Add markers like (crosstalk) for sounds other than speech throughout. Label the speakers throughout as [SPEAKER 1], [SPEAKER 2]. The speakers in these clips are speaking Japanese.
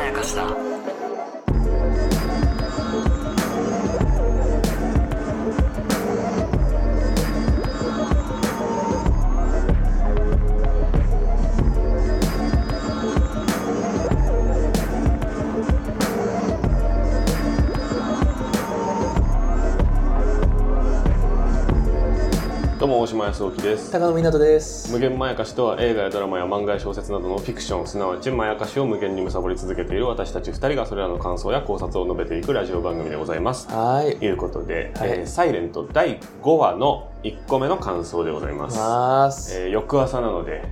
[SPEAKER 1] やかしだ
[SPEAKER 2] どうも大島康之です
[SPEAKER 3] 高野湊です
[SPEAKER 2] 無限まやかしとは映画やドラマや漫画や小説などのフィクションすなわちまやかしを無限に貪り続けている私たち2人がそれらの感想や考察を述べていくラジオ番組でございます
[SPEAKER 3] はい
[SPEAKER 2] ということで、
[SPEAKER 3] はい
[SPEAKER 2] えーサイレント」第5話の1個目の感想でございます、
[SPEAKER 3] ます、
[SPEAKER 2] えー翌朝なので、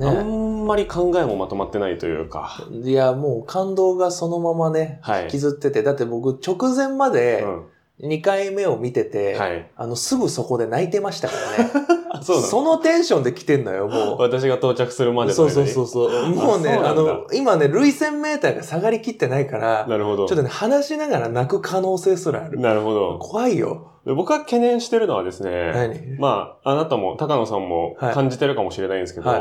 [SPEAKER 2] あ
[SPEAKER 3] ね
[SPEAKER 2] んまり考えもまとまってないというか、
[SPEAKER 3] いやもう感動がそのままね
[SPEAKER 2] はい
[SPEAKER 3] 引きずっててだって僕直前まで
[SPEAKER 2] うん
[SPEAKER 3] 2回目を見てて、
[SPEAKER 2] はい
[SPEAKER 3] あのすぐそこで泣いてましたからね
[SPEAKER 2] あ (laughs) そうなの
[SPEAKER 3] のテンションで来てんのよもう
[SPEAKER 2] 私が到着するまでの間
[SPEAKER 3] そう
[SPEAKER 2] に
[SPEAKER 3] そうそうそうもうね
[SPEAKER 2] あそう
[SPEAKER 3] あ
[SPEAKER 2] なんだ
[SPEAKER 3] の今ね涙腺メーターが下がりきってないから
[SPEAKER 2] なるほど
[SPEAKER 3] ちょっとね話しながら泣く可能性すらある
[SPEAKER 2] なるほど
[SPEAKER 3] 怖いよ
[SPEAKER 2] で僕が懸念してるのはですね
[SPEAKER 3] (laughs) 何
[SPEAKER 2] まあ、あなたも、高野さんも
[SPEAKER 3] はい
[SPEAKER 2] 感じてるかもしれないんですけど、
[SPEAKER 3] はい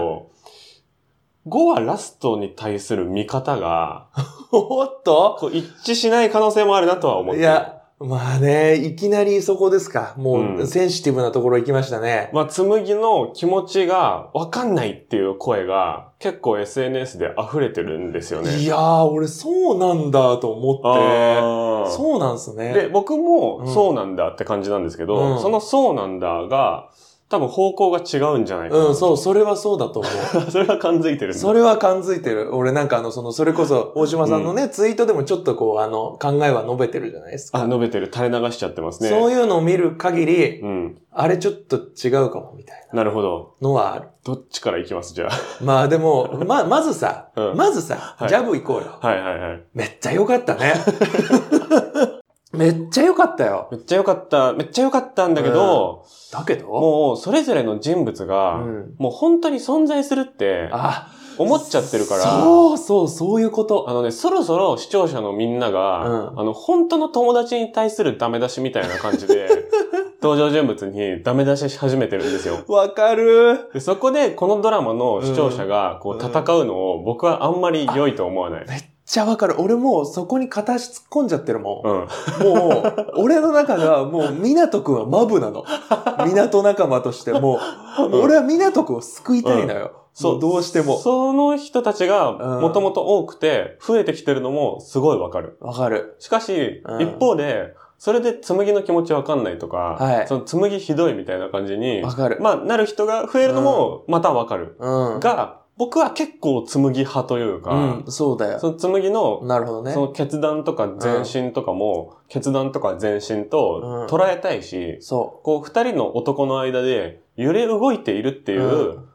[SPEAKER 2] 5話ラストに対する見方が、
[SPEAKER 3] (laughs) おっと
[SPEAKER 2] こう一致しない可能性もあるなとは思って
[SPEAKER 3] い
[SPEAKER 2] る。
[SPEAKER 3] や、まあね、いきなりそこですか。も
[SPEAKER 2] うん
[SPEAKER 3] う、センシティブなところ行きましたね。
[SPEAKER 2] まあ、紬の気持ちがわかんないっていう声が結構 SNS で溢れてるんですよね。
[SPEAKER 3] いやー、俺そうなんだと思って、
[SPEAKER 2] あ
[SPEAKER 3] そうなんすね。
[SPEAKER 2] ーで、僕も
[SPEAKER 3] うん
[SPEAKER 2] そうなんだって感じなんですけど、
[SPEAKER 3] うん
[SPEAKER 2] そのそうなんだが、多分方向が違うんじゃないかな。
[SPEAKER 3] うん、そう、それはそうだと思
[SPEAKER 2] (laughs)
[SPEAKER 3] う。
[SPEAKER 2] それは感づいてるんだ。
[SPEAKER 3] それは感づいてる。俺なんかあの、その、それこそ、大島さんのね、ツイートでもちょっとこう、あの、考えは述べてるじゃないです
[SPEAKER 2] あ、
[SPEAKER 3] か。
[SPEAKER 2] 述べてる。垂れ流しちゃってますね。
[SPEAKER 3] そういうのを見る限り、
[SPEAKER 2] うん。
[SPEAKER 3] あれちょっと違うかも、みたい
[SPEAKER 2] なるほど。
[SPEAKER 3] なのはある。
[SPEAKER 2] どっちから行きますじゃ
[SPEAKER 3] まあでも、ま、まずさ、
[SPEAKER 2] うん
[SPEAKER 3] まずさ、
[SPEAKER 2] はい
[SPEAKER 3] ジャブ行こうよ。
[SPEAKER 2] (laughs) あ。はいはいはい。
[SPEAKER 3] めっちゃ良かっ
[SPEAKER 2] (laughs)
[SPEAKER 3] たね。めっちゃ良かったよ。
[SPEAKER 2] めっちゃ良かった、めっちゃ良かったんだけど、
[SPEAKER 3] だけど
[SPEAKER 2] もうそれぞれの人物が、
[SPEAKER 3] うん
[SPEAKER 2] もう本当に存在するって
[SPEAKER 3] あ、
[SPEAKER 2] 思っちゃってるから、
[SPEAKER 3] そうそう、そういうこと。
[SPEAKER 2] あのね、そろそろ視聴者のみんなが、
[SPEAKER 3] うん
[SPEAKER 2] あの、本当の友達に対するダメ出しみたいな感じで、
[SPEAKER 3] (laughs)
[SPEAKER 2] 登場人物にダメ出しし始めてるんですよ。
[SPEAKER 3] わかる。
[SPEAKER 2] でそこで、このドラマの視聴者が、こう、戦うのを僕はあんまり良いと思わない。
[SPEAKER 3] めっちゃわかる。俺もうそこに片足突っ込んじゃってるもん。
[SPEAKER 2] うん。
[SPEAKER 3] もう、俺の中ではもう、港くんはマブなの。港仲間としてもう、
[SPEAKER 2] うん
[SPEAKER 3] (laughs) 俺は港くんを救いたいのよ。
[SPEAKER 2] うん
[SPEAKER 3] そう、どうしても。
[SPEAKER 2] その人たちが、
[SPEAKER 3] うん
[SPEAKER 2] もともと多くて、増えてきてるのもすごいわかる。
[SPEAKER 3] わかる。
[SPEAKER 2] しかし、
[SPEAKER 3] うん
[SPEAKER 2] 一方で、それで紬の気持ちわかんないとか、
[SPEAKER 3] はい
[SPEAKER 2] その紬ひどいみたいな感じに、
[SPEAKER 3] わかる。
[SPEAKER 2] まあ、なる人が増えるのも、またわかる。
[SPEAKER 3] うん。
[SPEAKER 2] が、僕は結構紬派という
[SPEAKER 3] う
[SPEAKER 2] か
[SPEAKER 3] ん、、そうだ
[SPEAKER 2] そ
[SPEAKER 3] よ。
[SPEAKER 2] の紬の、
[SPEAKER 3] なるほどね
[SPEAKER 2] そ。の決断とか前進とかも、決断とか前進と
[SPEAKER 3] うん
[SPEAKER 2] 捉えたいし、
[SPEAKER 3] そ
[SPEAKER 2] こう、二人の男の間で揺れ動いているって
[SPEAKER 3] う。
[SPEAKER 2] いう、
[SPEAKER 3] うん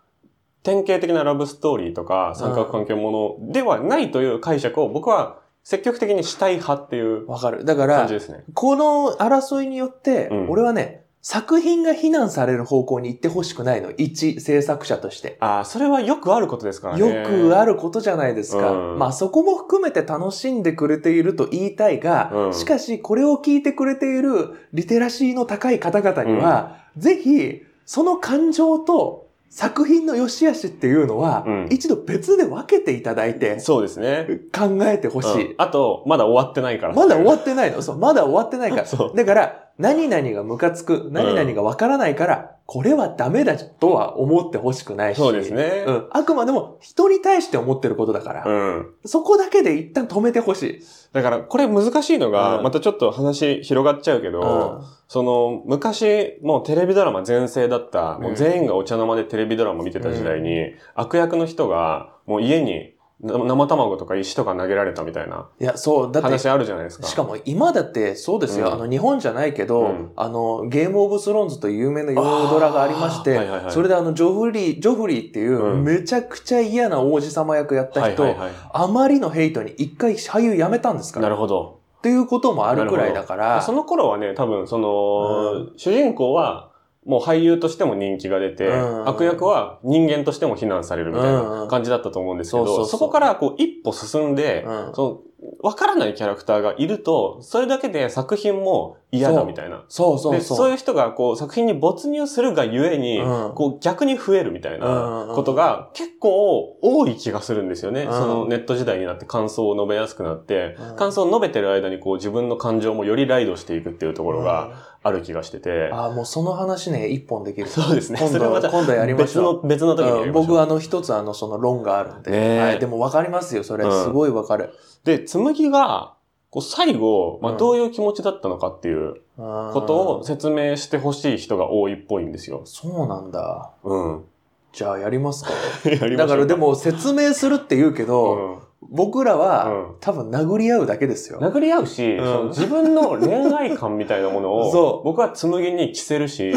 [SPEAKER 2] 典型的なラブストーリーとか三角関係ものではないという解釈を僕は積極的にしたい派っていう
[SPEAKER 3] わかる。だか
[SPEAKER 2] 感
[SPEAKER 3] ら
[SPEAKER 2] じ、ですね。
[SPEAKER 3] この争いによって、
[SPEAKER 2] うん
[SPEAKER 3] 俺はね、作品が非難される方向に行ってほしくないの。一、制作者として。
[SPEAKER 2] ああ、それはよくあることですからね。
[SPEAKER 3] よくあ
[SPEAKER 2] る。
[SPEAKER 3] ることじゃないですか。
[SPEAKER 2] うん
[SPEAKER 3] まあそこも含めて楽しんでくれていると言いたいが、
[SPEAKER 2] うん
[SPEAKER 3] しかしこれを聞いてくれているリテラシーの高い方々には、ぜひその感情と作品の良し悪しっていうのは、
[SPEAKER 2] うん
[SPEAKER 3] 一度別で分けていただいて
[SPEAKER 2] そうですね。
[SPEAKER 3] 考えてほしい。
[SPEAKER 2] うんあと、まだ終わってないから。
[SPEAKER 3] まだ終わってないのそう、まだ終わってないか
[SPEAKER 2] (laughs)
[SPEAKER 3] ら。
[SPEAKER 2] そう
[SPEAKER 3] だから、何々がムカつく、何々がわからないから、これはダメだとは思ってほしくないし。
[SPEAKER 2] そうです。ね
[SPEAKER 3] う。ん。あくまでも人に対して思ってることだから、
[SPEAKER 2] うん。
[SPEAKER 3] そこだけで一旦止めてほしい。
[SPEAKER 2] だから、これ難しいのが、
[SPEAKER 3] うん
[SPEAKER 2] またちょっと話広がっちゃうけど、その、昔、もうテレビドラマ全盛だった、もう全員がお茶の間でテレビドラマ見てた時代に、悪役の人が、もう家に生卵とか石とか投げられたみたいな。
[SPEAKER 3] いや、そう、だって、
[SPEAKER 2] 話あるじゃないですか。
[SPEAKER 3] しかも今だってそうですよ、
[SPEAKER 2] うん
[SPEAKER 3] あの日本じゃないけど、
[SPEAKER 2] うん
[SPEAKER 3] あのゲームオブスローンズという有名な洋ドラがありまし
[SPEAKER 2] あー
[SPEAKER 3] て、
[SPEAKER 2] はいはいはい
[SPEAKER 3] それであのジョフリー、ジョフリーっていううんめちゃくちゃ嫌な王子様役やった人、
[SPEAKER 2] はいはいは
[SPEAKER 3] あまりのヘイトに一回俳優辞めたんですか
[SPEAKER 2] い、
[SPEAKER 3] ら
[SPEAKER 2] な。るほど。
[SPEAKER 3] っていうこともあるくらいだから、
[SPEAKER 2] その頃はね、多分その、主人公は、もう俳優としても人気が出て、
[SPEAKER 3] うん
[SPEAKER 2] 悪役は人間としても非難されるみたい
[SPEAKER 3] うんう
[SPEAKER 2] なん感じだったと思うんですけど、
[SPEAKER 3] そうそうそう
[SPEAKER 2] そこからこう一歩進んで、
[SPEAKER 3] うん
[SPEAKER 2] そのわからないキャラクターがいると、それだけで作品も嫌だみたいな。
[SPEAKER 3] そうそう
[SPEAKER 2] で、
[SPEAKER 3] そう。
[SPEAKER 2] そういう人がこう作品に没入するがゆえに、
[SPEAKER 3] うん
[SPEAKER 2] こう逆に増えるみたい
[SPEAKER 3] うんうんう
[SPEAKER 2] なんことが結構多い気がするんですよね。
[SPEAKER 3] うん
[SPEAKER 2] そのネット時代になって感想を述べやすくなって、
[SPEAKER 3] うん
[SPEAKER 2] 感想を述べてる間にこう自分の感情もよりライドしていくっていうところがある気がしてて。
[SPEAKER 3] ああ、もうその話ね、一本できる。
[SPEAKER 2] そうですね。
[SPEAKER 3] 今
[SPEAKER 2] それはま
[SPEAKER 3] 度、
[SPEAKER 2] た
[SPEAKER 3] 今度やりまし
[SPEAKER 2] 別
[SPEAKER 3] ょう。
[SPEAKER 2] の、別の時にや
[SPEAKER 3] う
[SPEAKER 2] りま
[SPEAKER 3] ん
[SPEAKER 2] しょう。
[SPEAKER 3] 僕はあの一つあのその論があるんで。
[SPEAKER 2] ねえ
[SPEAKER 3] はい、でも分かりますよ、それ。
[SPEAKER 2] うん
[SPEAKER 3] すごい分かる。
[SPEAKER 2] で、紬が、こう最後、ま
[SPEAKER 3] う
[SPEAKER 2] あ、
[SPEAKER 3] ん
[SPEAKER 2] どういう気持ちだったのかっていう
[SPEAKER 3] こ
[SPEAKER 2] ことを説明してほしい人が多いっぽいんですよ。
[SPEAKER 3] そうなんだ。
[SPEAKER 2] うん。 (laughs)
[SPEAKER 3] じゃあやりますか。
[SPEAKER 2] やりましょう
[SPEAKER 3] だからで、も説明するって言うけ
[SPEAKER 2] う
[SPEAKER 3] ど、
[SPEAKER 2] ん
[SPEAKER 3] 僕らは、
[SPEAKER 2] うん
[SPEAKER 3] 多分殴り合うだけですよ。
[SPEAKER 2] 殴り合うし、
[SPEAKER 3] うん
[SPEAKER 2] その自分の恋愛感みたいなもの
[SPEAKER 3] (laughs) そ
[SPEAKER 2] を、僕は紬に着せる
[SPEAKER 3] (laughs)
[SPEAKER 2] し、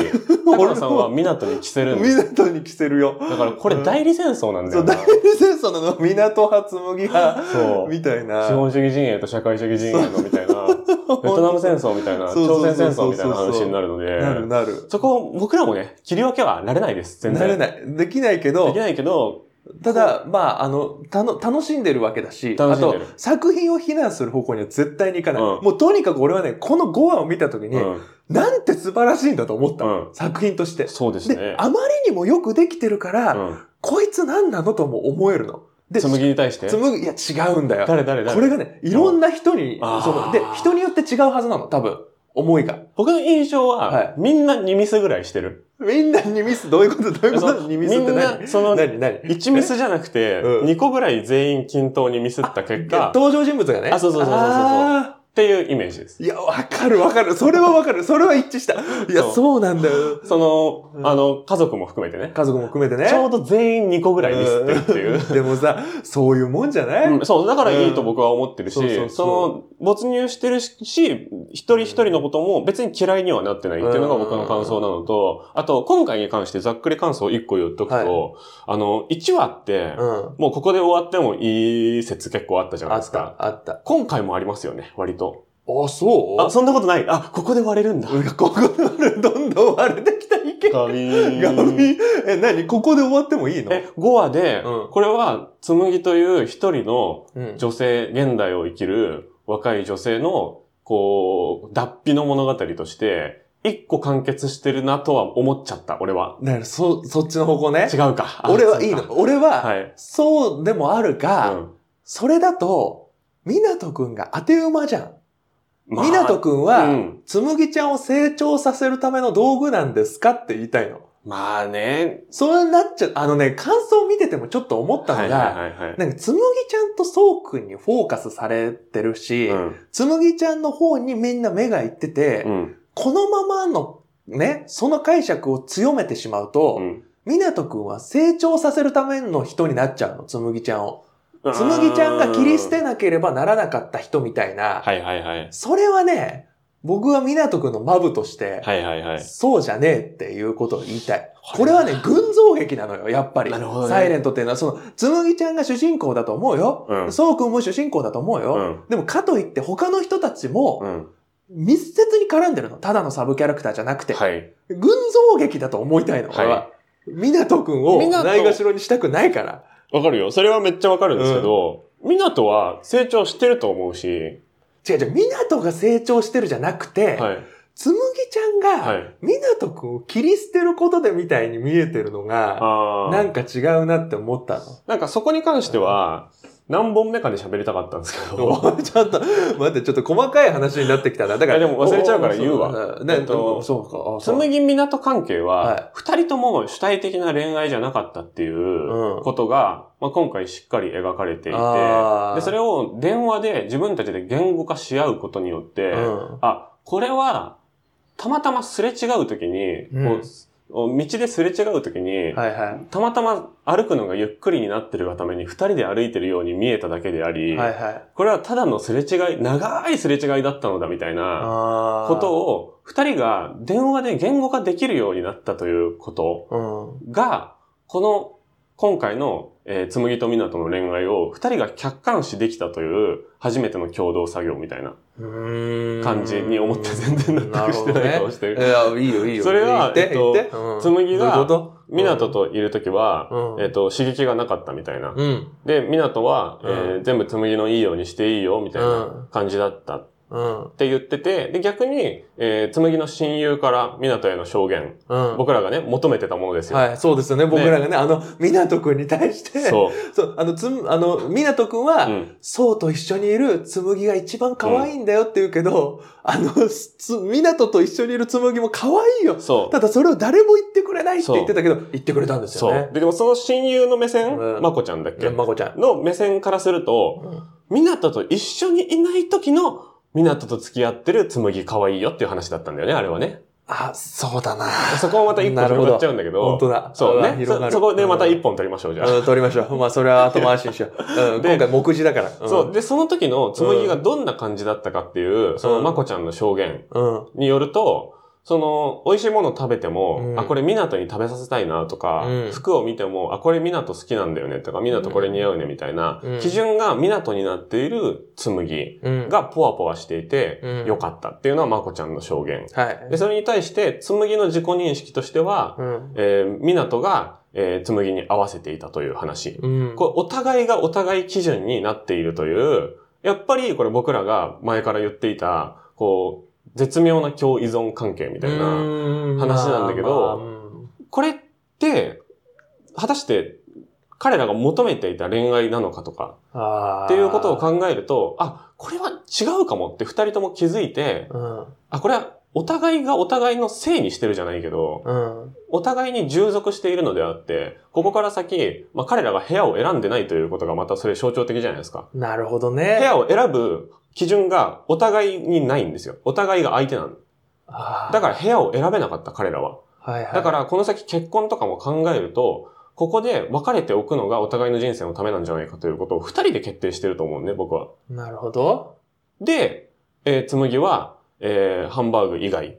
[SPEAKER 2] 高野さんは港に着せるんです。
[SPEAKER 3] 港に着せるよ。
[SPEAKER 2] だからこれ代理戦争なんだ
[SPEAKER 3] そ
[SPEAKER 2] よ
[SPEAKER 3] う、
[SPEAKER 2] な。
[SPEAKER 3] 大理戦争なの、港初麦派、
[SPEAKER 2] そう。
[SPEAKER 3] みたいな。
[SPEAKER 2] 資本主義陣営と社会主義陣営のみたいな、ベトナム戦争みたいな、
[SPEAKER 3] そうそう
[SPEAKER 2] 朝
[SPEAKER 3] そう
[SPEAKER 2] 鮮戦
[SPEAKER 3] そう
[SPEAKER 2] 争みたいな話になるの
[SPEAKER 3] なる
[SPEAKER 2] で、
[SPEAKER 3] なる。
[SPEAKER 2] そこ、僕らもね、切り分けはなれないです、全
[SPEAKER 3] な
[SPEAKER 2] 然。
[SPEAKER 3] れない。できないけど
[SPEAKER 2] でき、ないけど、
[SPEAKER 3] ただ、まあ、あの、たの、楽しんでるわけだし、あ
[SPEAKER 2] 楽しんで
[SPEAKER 3] と
[SPEAKER 2] る、
[SPEAKER 3] 作品を非難する方向には絶対にいかない。
[SPEAKER 2] うん
[SPEAKER 3] もうとにかく俺はね、この5話を見た時
[SPEAKER 2] う
[SPEAKER 3] に、
[SPEAKER 2] ん、
[SPEAKER 3] なんて素晴らしいんだと思ったの、
[SPEAKER 2] う
[SPEAKER 3] 作品として。
[SPEAKER 2] そうです
[SPEAKER 3] で
[SPEAKER 2] ね、。
[SPEAKER 3] あまりにもよくできてるから、
[SPEAKER 2] うん
[SPEAKER 3] こいつ何なのとも思えるの。で、
[SPEAKER 2] 紬に対して、
[SPEAKER 3] 紡ぐ、いや違うんだよ。
[SPEAKER 2] 誰誰誰
[SPEAKER 3] これがね、いろんな人に、
[SPEAKER 2] あー
[SPEAKER 3] その、で、人によって違うはずなの、多分。思いが。
[SPEAKER 2] 僕の印象は、
[SPEAKER 3] はい
[SPEAKER 2] みんな2ミスぐらいしてる。
[SPEAKER 3] みんなにミス、どういうことどういうことにミスって
[SPEAKER 2] みん
[SPEAKER 3] 何
[SPEAKER 2] な、その、
[SPEAKER 3] 何何
[SPEAKER 2] 1ミスじゃなくて、
[SPEAKER 3] うん
[SPEAKER 2] 2個ぐらい全員均等にミスった結果、っ
[SPEAKER 3] 登場人物がね。
[SPEAKER 2] あそうそうそうそうそう
[SPEAKER 3] あ
[SPEAKER 2] ていうイメージです
[SPEAKER 3] ー。いや、わかるわかる。それはわかる。それは一致した。いや、
[SPEAKER 2] そう
[SPEAKER 3] そうなんだよ。
[SPEAKER 2] その、
[SPEAKER 3] うん
[SPEAKER 2] あの、家族も含めてね、
[SPEAKER 3] 家族も含めてね。
[SPEAKER 2] ちょうど全員2個ぐらいミスってるっていう。
[SPEAKER 3] でもさ、そういうもんじゃない、
[SPEAKER 2] うんそう、だからいいと僕は思ってるし、
[SPEAKER 3] うんそうそうそ
[SPEAKER 2] その、没入してるし、一人一人のことも別に嫌いにはなってないっていうのが僕の感想なのと、あと、今回に関してざっくり感想を一個言っとくと、
[SPEAKER 3] はい
[SPEAKER 2] あの、1話って、
[SPEAKER 3] うん。
[SPEAKER 2] もうここで終わってもいい説結構あったじゃない
[SPEAKER 3] あ
[SPEAKER 2] で
[SPEAKER 3] っ
[SPEAKER 2] すか。
[SPEAKER 3] た、あった。
[SPEAKER 2] 今回もありますよね、割と。
[SPEAKER 3] あ、そう
[SPEAKER 2] あ、そんなことない。あ、ここで割れるんだ。
[SPEAKER 3] うわここでどんどん割れてきた意見。
[SPEAKER 2] (laughs) ガビー
[SPEAKER 3] ガミ、え、何ここで終わってもいいの
[SPEAKER 2] え、5話で、
[SPEAKER 3] うん
[SPEAKER 2] これは、紬という一人の
[SPEAKER 3] うん
[SPEAKER 2] 女性、現代を生きる若い女性の、こう、脱皮の物語として、一個完結してるなとは思っちゃった、俺は。
[SPEAKER 3] なるそ、そっちの方向ね
[SPEAKER 2] 違。うか。あ
[SPEAKER 3] 俺はいい。
[SPEAKER 2] そうか
[SPEAKER 3] の。俺は、
[SPEAKER 2] はい。
[SPEAKER 3] そうでもあるが、
[SPEAKER 2] うん
[SPEAKER 3] それだと、みなとくんが当て馬じゃん。
[SPEAKER 2] まあ
[SPEAKER 3] みなとくん
[SPEAKER 2] う
[SPEAKER 3] は、
[SPEAKER 2] ん。
[SPEAKER 3] つむぎちゃんを成長させるための道具なんですかって言いたいの。
[SPEAKER 2] まあね。
[SPEAKER 3] そうなっちゃう。あのね、感想を見ててもちょっと思ったのが、
[SPEAKER 2] はいはいはいはい。
[SPEAKER 3] なんか、つむぎちゃんとそうくんにフォーカスされてるし、
[SPEAKER 2] うん
[SPEAKER 3] つむぎちゃんの方にみんな目がいってて、
[SPEAKER 2] うん。
[SPEAKER 3] このままの、ね、その解釈を強めてしまうと、
[SPEAKER 2] うん。
[SPEAKER 3] みなとくんは成長させるための人になっちゃうの、つむぎちゃんを。つむぎちゃんが切り捨てなければならなかった人みたいな、
[SPEAKER 2] はいはいはい。
[SPEAKER 3] それはね、僕はみなとくんのマブとして、
[SPEAKER 2] はいはいはい。
[SPEAKER 3] そうじゃねえっていうことを言いたい。
[SPEAKER 2] はい
[SPEAKER 3] これはね、群像劇なのよ、やっぱり。
[SPEAKER 2] なるほどね
[SPEAKER 3] サイレントっていうのは、その、つむぎちゃんが主人公だと思うよ。
[SPEAKER 2] うん
[SPEAKER 3] そうくんも主人公だと思うよ。
[SPEAKER 2] うん
[SPEAKER 3] でも、かといって他の人たちも
[SPEAKER 2] うん。
[SPEAKER 3] 密接に絡んでるの。ただのサブキャラクターじゃなくて。
[SPEAKER 2] はい。
[SPEAKER 3] 群像劇だと思いたいの、俺は
[SPEAKER 2] は。
[SPEAKER 3] みなとくんを
[SPEAKER 2] みなと
[SPEAKER 3] ないがしろにしたくないから。
[SPEAKER 2] わかるよ。それはめっちゃわかるんですけど、みなとは成長してると思うし、
[SPEAKER 3] 違う違う、みなとが成長してるじゃなくて、
[SPEAKER 2] はい。
[SPEAKER 3] つむぎちゃん
[SPEAKER 2] は
[SPEAKER 3] が、
[SPEAKER 2] い。
[SPEAKER 3] みなとくんを切り捨てることでみたいに見えてるのが、
[SPEAKER 2] あー
[SPEAKER 3] なんか違うなって思ったの。
[SPEAKER 2] なんかそこに関しては、何本目かで喋りたかったんですけど、
[SPEAKER 3] お (laughs) ちょっと、待って、ちょっと細かい話になってきたな。だから。
[SPEAKER 2] いやでも忘れちゃうから言うわ
[SPEAKER 3] おおおそうね、
[SPEAKER 2] えっと
[SPEAKER 3] そうか。あそう
[SPEAKER 2] 紬港関係
[SPEAKER 3] はい
[SPEAKER 2] は、二人とも主体的な恋愛じゃなかったっていう
[SPEAKER 3] うん
[SPEAKER 2] ことが、まあ、今回しっかり描かれていて、
[SPEAKER 3] あー
[SPEAKER 2] で、それを電話で自分たちで言語化し合うことによって、
[SPEAKER 3] うん
[SPEAKER 2] あ、これは、たまたますれ違うときに、
[SPEAKER 3] う
[SPEAKER 2] こ
[SPEAKER 3] ん
[SPEAKER 2] う道ですれ違うときに、
[SPEAKER 3] はいは
[SPEAKER 2] たまたま歩くのがゆっくりになってるがために二人で歩いてるように見えただけであ
[SPEAKER 3] い。
[SPEAKER 2] り、
[SPEAKER 3] はいはい。
[SPEAKER 2] これはただのすれ違い、長いすれ違いだったのだみたいな
[SPEAKER 3] あー
[SPEAKER 2] ことを、二人が電話で言語化できるようになったということ
[SPEAKER 3] うん。
[SPEAKER 2] が、この今回の、えー、つむぎとみなとの恋愛を二人が客観視できたという初めての共同作業みたいな
[SPEAKER 3] うーん
[SPEAKER 2] 感じに思って全然納得
[SPEAKER 3] なる
[SPEAKER 2] し
[SPEAKER 3] ほ
[SPEAKER 2] て
[SPEAKER 3] ど
[SPEAKER 2] ない
[SPEAKER 3] ね
[SPEAKER 2] 顔してる。
[SPEAKER 3] いや、いいよ、いいよ。
[SPEAKER 2] それは
[SPEAKER 3] 言って
[SPEAKER 2] えっと
[SPEAKER 3] 言ってうん
[SPEAKER 2] 紬が
[SPEAKER 3] どういうこと
[SPEAKER 2] 湊といるときは、
[SPEAKER 3] うん
[SPEAKER 2] えっと、刺激がなかったみたいな。
[SPEAKER 3] うん。
[SPEAKER 2] で、湊は、えー
[SPEAKER 3] う
[SPEAKER 2] 全部紬のいいようにしていいよ、みたいうな感じだったっ
[SPEAKER 3] うん。
[SPEAKER 2] て言ってて、で、逆に、えー紬の親友から湊への証言、
[SPEAKER 3] うん。
[SPEAKER 2] 僕らがね、求めてたものですよ。
[SPEAKER 3] はい、そうですよね。僕らがね、あの、湊くんに対して、そう。 (laughs)
[SPEAKER 2] そう。
[SPEAKER 3] あの、つむ、あの、湊くんは、
[SPEAKER 2] うん。
[SPEAKER 3] そうと一緒にいる紬が一番可愛いんだよって言うけど、あの、つ、湊と一緒にいる紬も可愛いよ。
[SPEAKER 2] そう。
[SPEAKER 3] ただそれを誰も言ってくれないって言ってたけど、言ってくれたんですよ
[SPEAKER 2] そう
[SPEAKER 3] ね。。
[SPEAKER 2] で、でもその親友の目線、
[SPEAKER 3] うん
[SPEAKER 2] まこちゃんだっけ
[SPEAKER 3] まこちゃん。
[SPEAKER 2] の目線からすると、湊と一緒にいない時の、湊と付き合ってる紬可愛いよっていう話だったんだよね、あれはね。
[SPEAKER 3] あ、そうだな。
[SPEAKER 2] そこもまた一個
[SPEAKER 3] (laughs) なるほど
[SPEAKER 2] 広がっちゃうんだけど。
[SPEAKER 3] 本当だ。
[SPEAKER 2] そう
[SPEAKER 3] あ
[SPEAKER 2] ね。
[SPEAKER 3] 広が
[SPEAKER 2] そ
[SPEAKER 3] る
[SPEAKER 2] そこでまた
[SPEAKER 3] うん
[SPEAKER 2] 一本取りましょう、じゃあ。
[SPEAKER 3] うん、取りましょう。まあ、それは後回しにしよう。う
[SPEAKER 2] (laughs)
[SPEAKER 3] ん、
[SPEAKER 2] で
[SPEAKER 3] 今回目次だから。うん、
[SPEAKER 2] そう。。で、その時の紬がどんな感じだったかっていう、その
[SPEAKER 3] うん
[SPEAKER 2] まこちゃんの証言
[SPEAKER 3] うん。
[SPEAKER 2] によると、その、美味しいもの食べても、
[SPEAKER 3] うん
[SPEAKER 2] あ、これ港に食べさせたいなとか、
[SPEAKER 3] うん
[SPEAKER 2] 服を見ても、あ、これ港好きなんだよねとか、港これ似合うねみたいな、
[SPEAKER 3] うん
[SPEAKER 2] 基準が港になっている紬
[SPEAKER 3] うん。、
[SPEAKER 2] がポワポワしていて、
[SPEAKER 3] うん
[SPEAKER 2] よかったっていうのはまこちゃんの証言。
[SPEAKER 3] はい。
[SPEAKER 2] で、それに対して、紬の自己認識としては、
[SPEAKER 3] うん。
[SPEAKER 2] えー、港が、えー、紬に合わせていたという話。
[SPEAKER 3] うん。
[SPEAKER 2] これお互いがお互い基準になっているという、やっぱりこれ僕らが前から言っていた、こう、絶妙な共依存関係みたいな。話なんだけど
[SPEAKER 3] まあまあうん
[SPEAKER 2] これって、果たして彼らが求めていた恋愛なのかとか、
[SPEAKER 3] あー
[SPEAKER 2] っていうことを考えると、あ、これは違うかもって二人とも気づいて、あ、これはお互いがお互いのせいにしてるじゃないけど、
[SPEAKER 3] うん。うん。
[SPEAKER 2] お互いに従属しているのであって、ここから先、まあ彼らが部屋を選んでないということがまたそれ象徴的じゃないですか。
[SPEAKER 3] なるほどね。
[SPEAKER 2] 部屋を選ぶ基準がお互いにないんですよ。お互いが相手なの。
[SPEAKER 3] だ
[SPEAKER 2] だから部屋を選べなかった彼らは。
[SPEAKER 3] ら、はいはい、
[SPEAKER 2] だからこの先結婚とかも考えると、ここで別れておくのがお互いの人生のためなんじゃないかということを二人で決定してると思うね、僕は。
[SPEAKER 3] なるほど。
[SPEAKER 2] で、えー、紬は、えーハンバーグ以外っ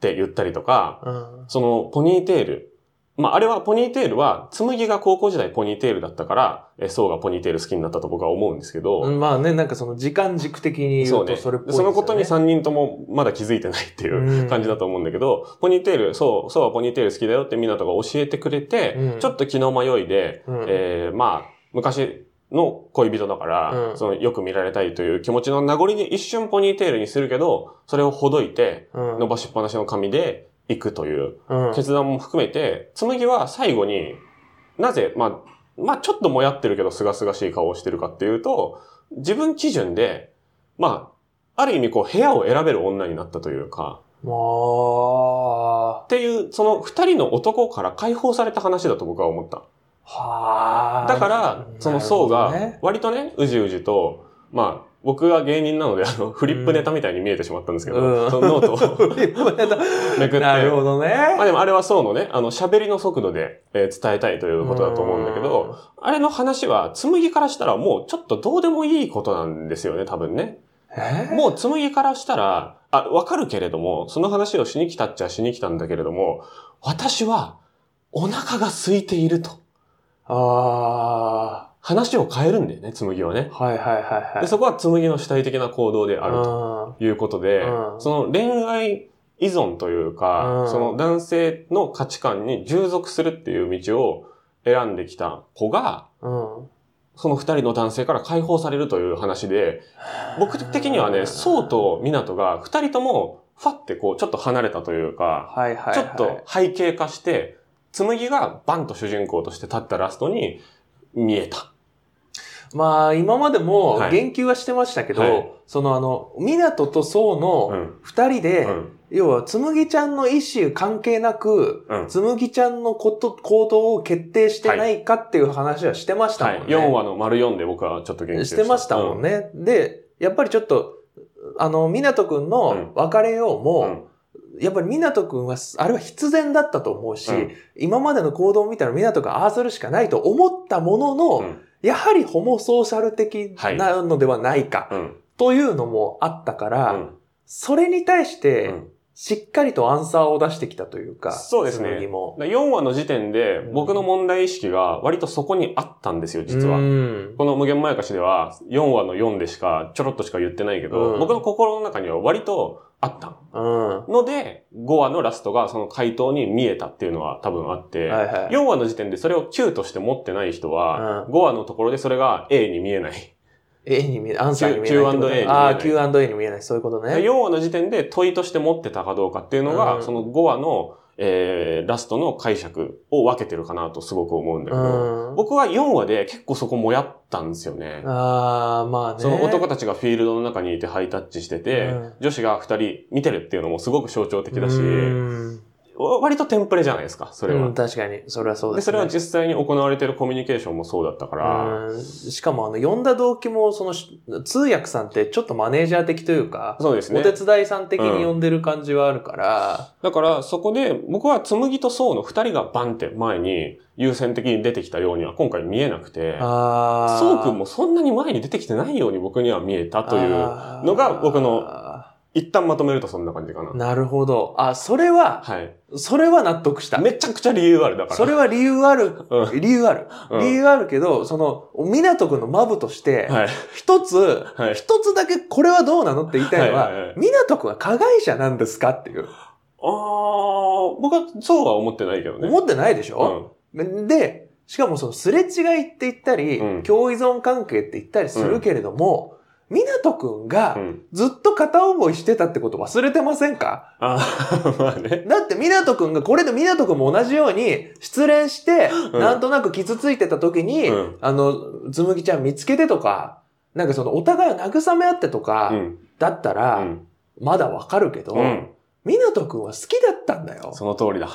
[SPEAKER 2] て言ったりとか、
[SPEAKER 3] うん。
[SPEAKER 2] そのポニーテール。まあ、あれはポニーテールは、紬が高校時代ポニーテールだったから、えー、そうがポニーテール好きになったと僕は思うんですけど、
[SPEAKER 3] うんまあね、なんかその時間軸的に言
[SPEAKER 2] そううね。
[SPEAKER 3] とそれっぽいです
[SPEAKER 2] そ
[SPEAKER 3] よ
[SPEAKER 2] のことに
[SPEAKER 3] ね
[SPEAKER 2] 3人ともまだ気づいてないっていううん感じだと思うんだけど、ポニーテール、そう、そうはポニーテール好きだよってみんなとか教えてくれて、
[SPEAKER 3] うん
[SPEAKER 2] ちょっと気の迷いで、
[SPEAKER 3] うん
[SPEAKER 2] えーまあ、昔の恋人だから、
[SPEAKER 3] うん
[SPEAKER 2] そのよく見られたいという気持ちの名残に一瞬ポニーテールにするけど、それをほどいて、
[SPEAKER 3] うん
[SPEAKER 2] 伸ばしっぱなしの髪で行くという
[SPEAKER 3] うん
[SPEAKER 2] 決断も含めて、紬は最後になぜ、まあ、まあちょっともやってるけど清々しい顔をしてるかっていうと、自分基準で、まあ、ある意味こう部屋を選べる女になったというか、
[SPEAKER 3] もう、
[SPEAKER 2] っていう、その二人の男から解放された話だと僕は思った。
[SPEAKER 3] はあ。
[SPEAKER 2] だから、その層
[SPEAKER 3] なる
[SPEAKER 2] が
[SPEAKER 3] ほどね、
[SPEAKER 2] 割とね、うじうじと、まあ、僕が芸人なので、あの、フリップネタみたいに見えてしまったんですけど、
[SPEAKER 3] うん
[SPEAKER 2] そのノート
[SPEAKER 3] (laughs)
[SPEAKER 2] をめくって、
[SPEAKER 3] なるほどね。
[SPEAKER 2] まあでもあれはそうのね、あの、喋りの速度で、えー伝えたいということだと思うんだけど、あれの話は、紬からしたらもうちょっとどうでもいいことなんですよね、多分ね。
[SPEAKER 3] うん、え
[SPEAKER 2] もう紬からしたら、あ、わかるけれども、その話をしに来たっちゃしに来たんだけれども、私はお腹が空いていると。
[SPEAKER 3] あ
[SPEAKER 2] 話を変えるんだよね、紬はね
[SPEAKER 3] あ。。はいはいはいはい。
[SPEAKER 2] で、そこは紬の主体的な行動であると
[SPEAKER 3] と。
[SPEAKER 2] いうことで、
[SPEAKER 3] うん
[SPEAKER 2] その恋愛依存というか、
[SPEAKER 3] うん
[SPEAKER 2] その男性の価値観に従属するっていう道を選んできた子が、
[SPEAKER 3] うん。うん
[SPEAKER 2] その二人の男性から解放されるという話で、僕的にはね、そう。と湊が二人ともファってこうちょっと離れたというか、
[SPEAKER 3] はいはい、はい。
[SPEAKER 2] ちょっと背景化して、紬がバンと主人公として立ったラストに見えた。
[SPEAKER 3] まあ、今までも
[SPEAKER 2] はい
[SPEAKER 3] 言及はしてましたけど、
[SPEAKER 2] はい
[SPEAKER 3] そのあの、港と宋
[SPEAKER 2] う
[SPEAKER 3] の
[SPEAKER 2] ん。
[SPEAKER 3] 二人で、
[SPEAKER 2] うん。
[SPEAKER 3] 要は、つむぎちゃんの意思関係なく、
[SPEAKER 2] うん。
[SPEAKER 3] つむぎちゃんのこと、行動を決定してないかっていう話はしてました
[SPEAKER 2] は
[SPEAKER 3] も
[SPEAKER 2] い。
[SPEAKER 3] んね。
[SPEAKER 2] 4話の丸4で僕はちょっと言及
[SPEAKER 3] してましたもんね。で、やっぱりちょっと、あの、港くんの別れよ
[SPEAKER 2] う
[SPEAKER 3] う
[SPEAKER 2] ん。う
[SPEAKER 3] も、
[SPEAKER 2] ん
[SPEAKER 3] やっぱり港くんは、あれは必然だったと思うし、
[SPEAKER 2] うん
[SPEAKER 3] 今までの行動を見たら港くんああするしかないと思ったものの、
[SPEAKER 2] うん
[SPEAKER 3] やはりホモソーシャル的なのではないか。
[SPEAKER 2] うん。
[SPEAKER 3] というのもあったから、
[SPEAKER 2] うん
[SPEAKER 3] それに対して、
[SPEAKER 2] うん
[SPEAKER 3] しっかりとアンサーを出してきたというか、
[SPEAKER 2] そうですね
[SPEAKER 3] の疑問。
[SPEAKER 2] だから4話の時点で
[SPEAKER 3] うん
[SPEAKER 2] 僕の問題意識が割とそこにあったんですよ、実は。
[SPEAKER 3] うん
[SPEAKER 2] この無限まやかしでは4話の4でしかちょろっとしか言ってないけど、
[SPEAKER 3] うん
[SPEAKER 2] 僕の心の中には割とあった
[SPEAKER 3] うん。は
[SPEAKER 2] ので、5話のラストがその回答に見えたっていうのは多分あって、
[SPEAKER 3] いはい。
[SPEAKER 2] 4話の時点でそれを9として持ってない人は、
[SPEAKER 3] うん
[SPEAKER 2] 5話のところでそれが A に見えない。
[SPEAKER 3] A に見え、アンサーに見えないってこと
[SPEAKER 2] Q- Q&A に見えない
[SPEAKER 3] ああ、Q&A に見えない。そういうことね。
[SPEAKER 2] 4話の時点で問いとして持ってたかどうかっていうのが、
[SPEAKER 3] うん
[SPEAKER 2] その5話の、えーラストの解釈を分けてるかなとすごく思うんだけど、
[SPEAKER 3] うん。
[SPEAKER 2] 僕は4話で結構そこもやったんですよね。
[SPEAKER 3] ああ、まあね。
[SPEAKER 2] その男たちがフィールドの中にいてハイタッチしてて、
[SPEAKER 3] うん
[SPEAKER 2] 女子が二人見てるっていうのもすごく象徴的だし、
[SPEAKER 3] うん
[SPEAKER 2] わ割とテンプレじゃないですか、それ
[SPEAKER 3] う
[SPEAKER 2] は
[SPEAKER 3] ん、。確かに。それはそう
[SPEAKER 2] で、
[SPEAKER 3] です、
[SPEAKER 2] そ
[SPEAKER 3] ね。
[SPEAKER 2] れは実際に行われてるコミュニケーションもそうだったから、
[SPEAKER 3] うんしかも、あの、呼んだ動機も、そのし、通訳さんってちょっとマネージャー的というか、
[SPEAKER 2] そうですね
[SPEAKER 3] お。手伝いさん的に呼んでる感じはあるから、
[SPEAKER 2] だから、そこで僕は紬と宋の二人がバンって前に優先的に出てきたようには今回見えなくて、
[SPEAKER 3] ああ。
[SPEAKER 2] 宋君もそんなに前に出てきてないように僕には見えたという、
[SPEAKER 3] う
[SPEAKER 2] のが僕の一旦まとめるとそんな感じかな。
[SPEAKER 3] なるほど。あ、それは、
[SPEAKER 2] はい。
[SPEAKER 3] それは納得した。
[SPEAKER 2] めちゃくちゃ理由ある、だから。
[SPEAKER 3] (laughs) それは理由ある、
[SPEAKER 2] う
[SPEAKER 3] 理由ある。
[SPEAKER 2] うん
[SPEAKER 3] 理由あるけど、その、港くんのマブとして、
[SPEAKER 2] はい。
[SPEAKER 3] 一つ、
[SPEAKER 2] はい。
[SPEAKER 3] (laughs) 一つだけこれはどうなのって言いたいのは、
[SPEAKER 2] はいはいはい
[SPEAKER 3] 港くんは加害者なんですかっていう。
[SPEAKER 2] ああ、僕はそうは思ってないけどね。
[SPEAKER 3] 思ってないでし
[SPEAKER 2] う
[SPEAKER 3] ょ、
[SPEAKER 2] ん
[SPEAKER 3] で、しかもそのすれ違いって言ったり、
[SPEAKER 2] うん
[SPEAKER 3] 共依存関係って言ったりするけれども、港くんが
[SPEAKER 2] うん。
[SPEAKER 3] ずっと片思いしてたってこと忘れてませんか
[SPEAKER 2] ああ、 (laughs) まあね。
[SPEAKER 3] だって、港くんが、これで港くんも同じように、失恋して、
[SPEAKER 2] うん
[SPEAKER 3] なんとなく傷ついてた時に、
[SPEAKER 2] うん
[SPEAKER 3] あの、つむぎちゃん見つけてとか、なんかその、お互いを慰め合ってとか、
[SPEAKER 2] うん。
[SPEAKER 3] だった
[SPEAKER 2] う
[SPEAKER 3] ら、
[SPEAKER 2] ん。
[SPEAKER 3] まだわかるけど、
[SPEAKER 2] うん。
[SPEAKER 3] 港くんは好きだったんだよ。
[SPEAKER 2] その通りだ。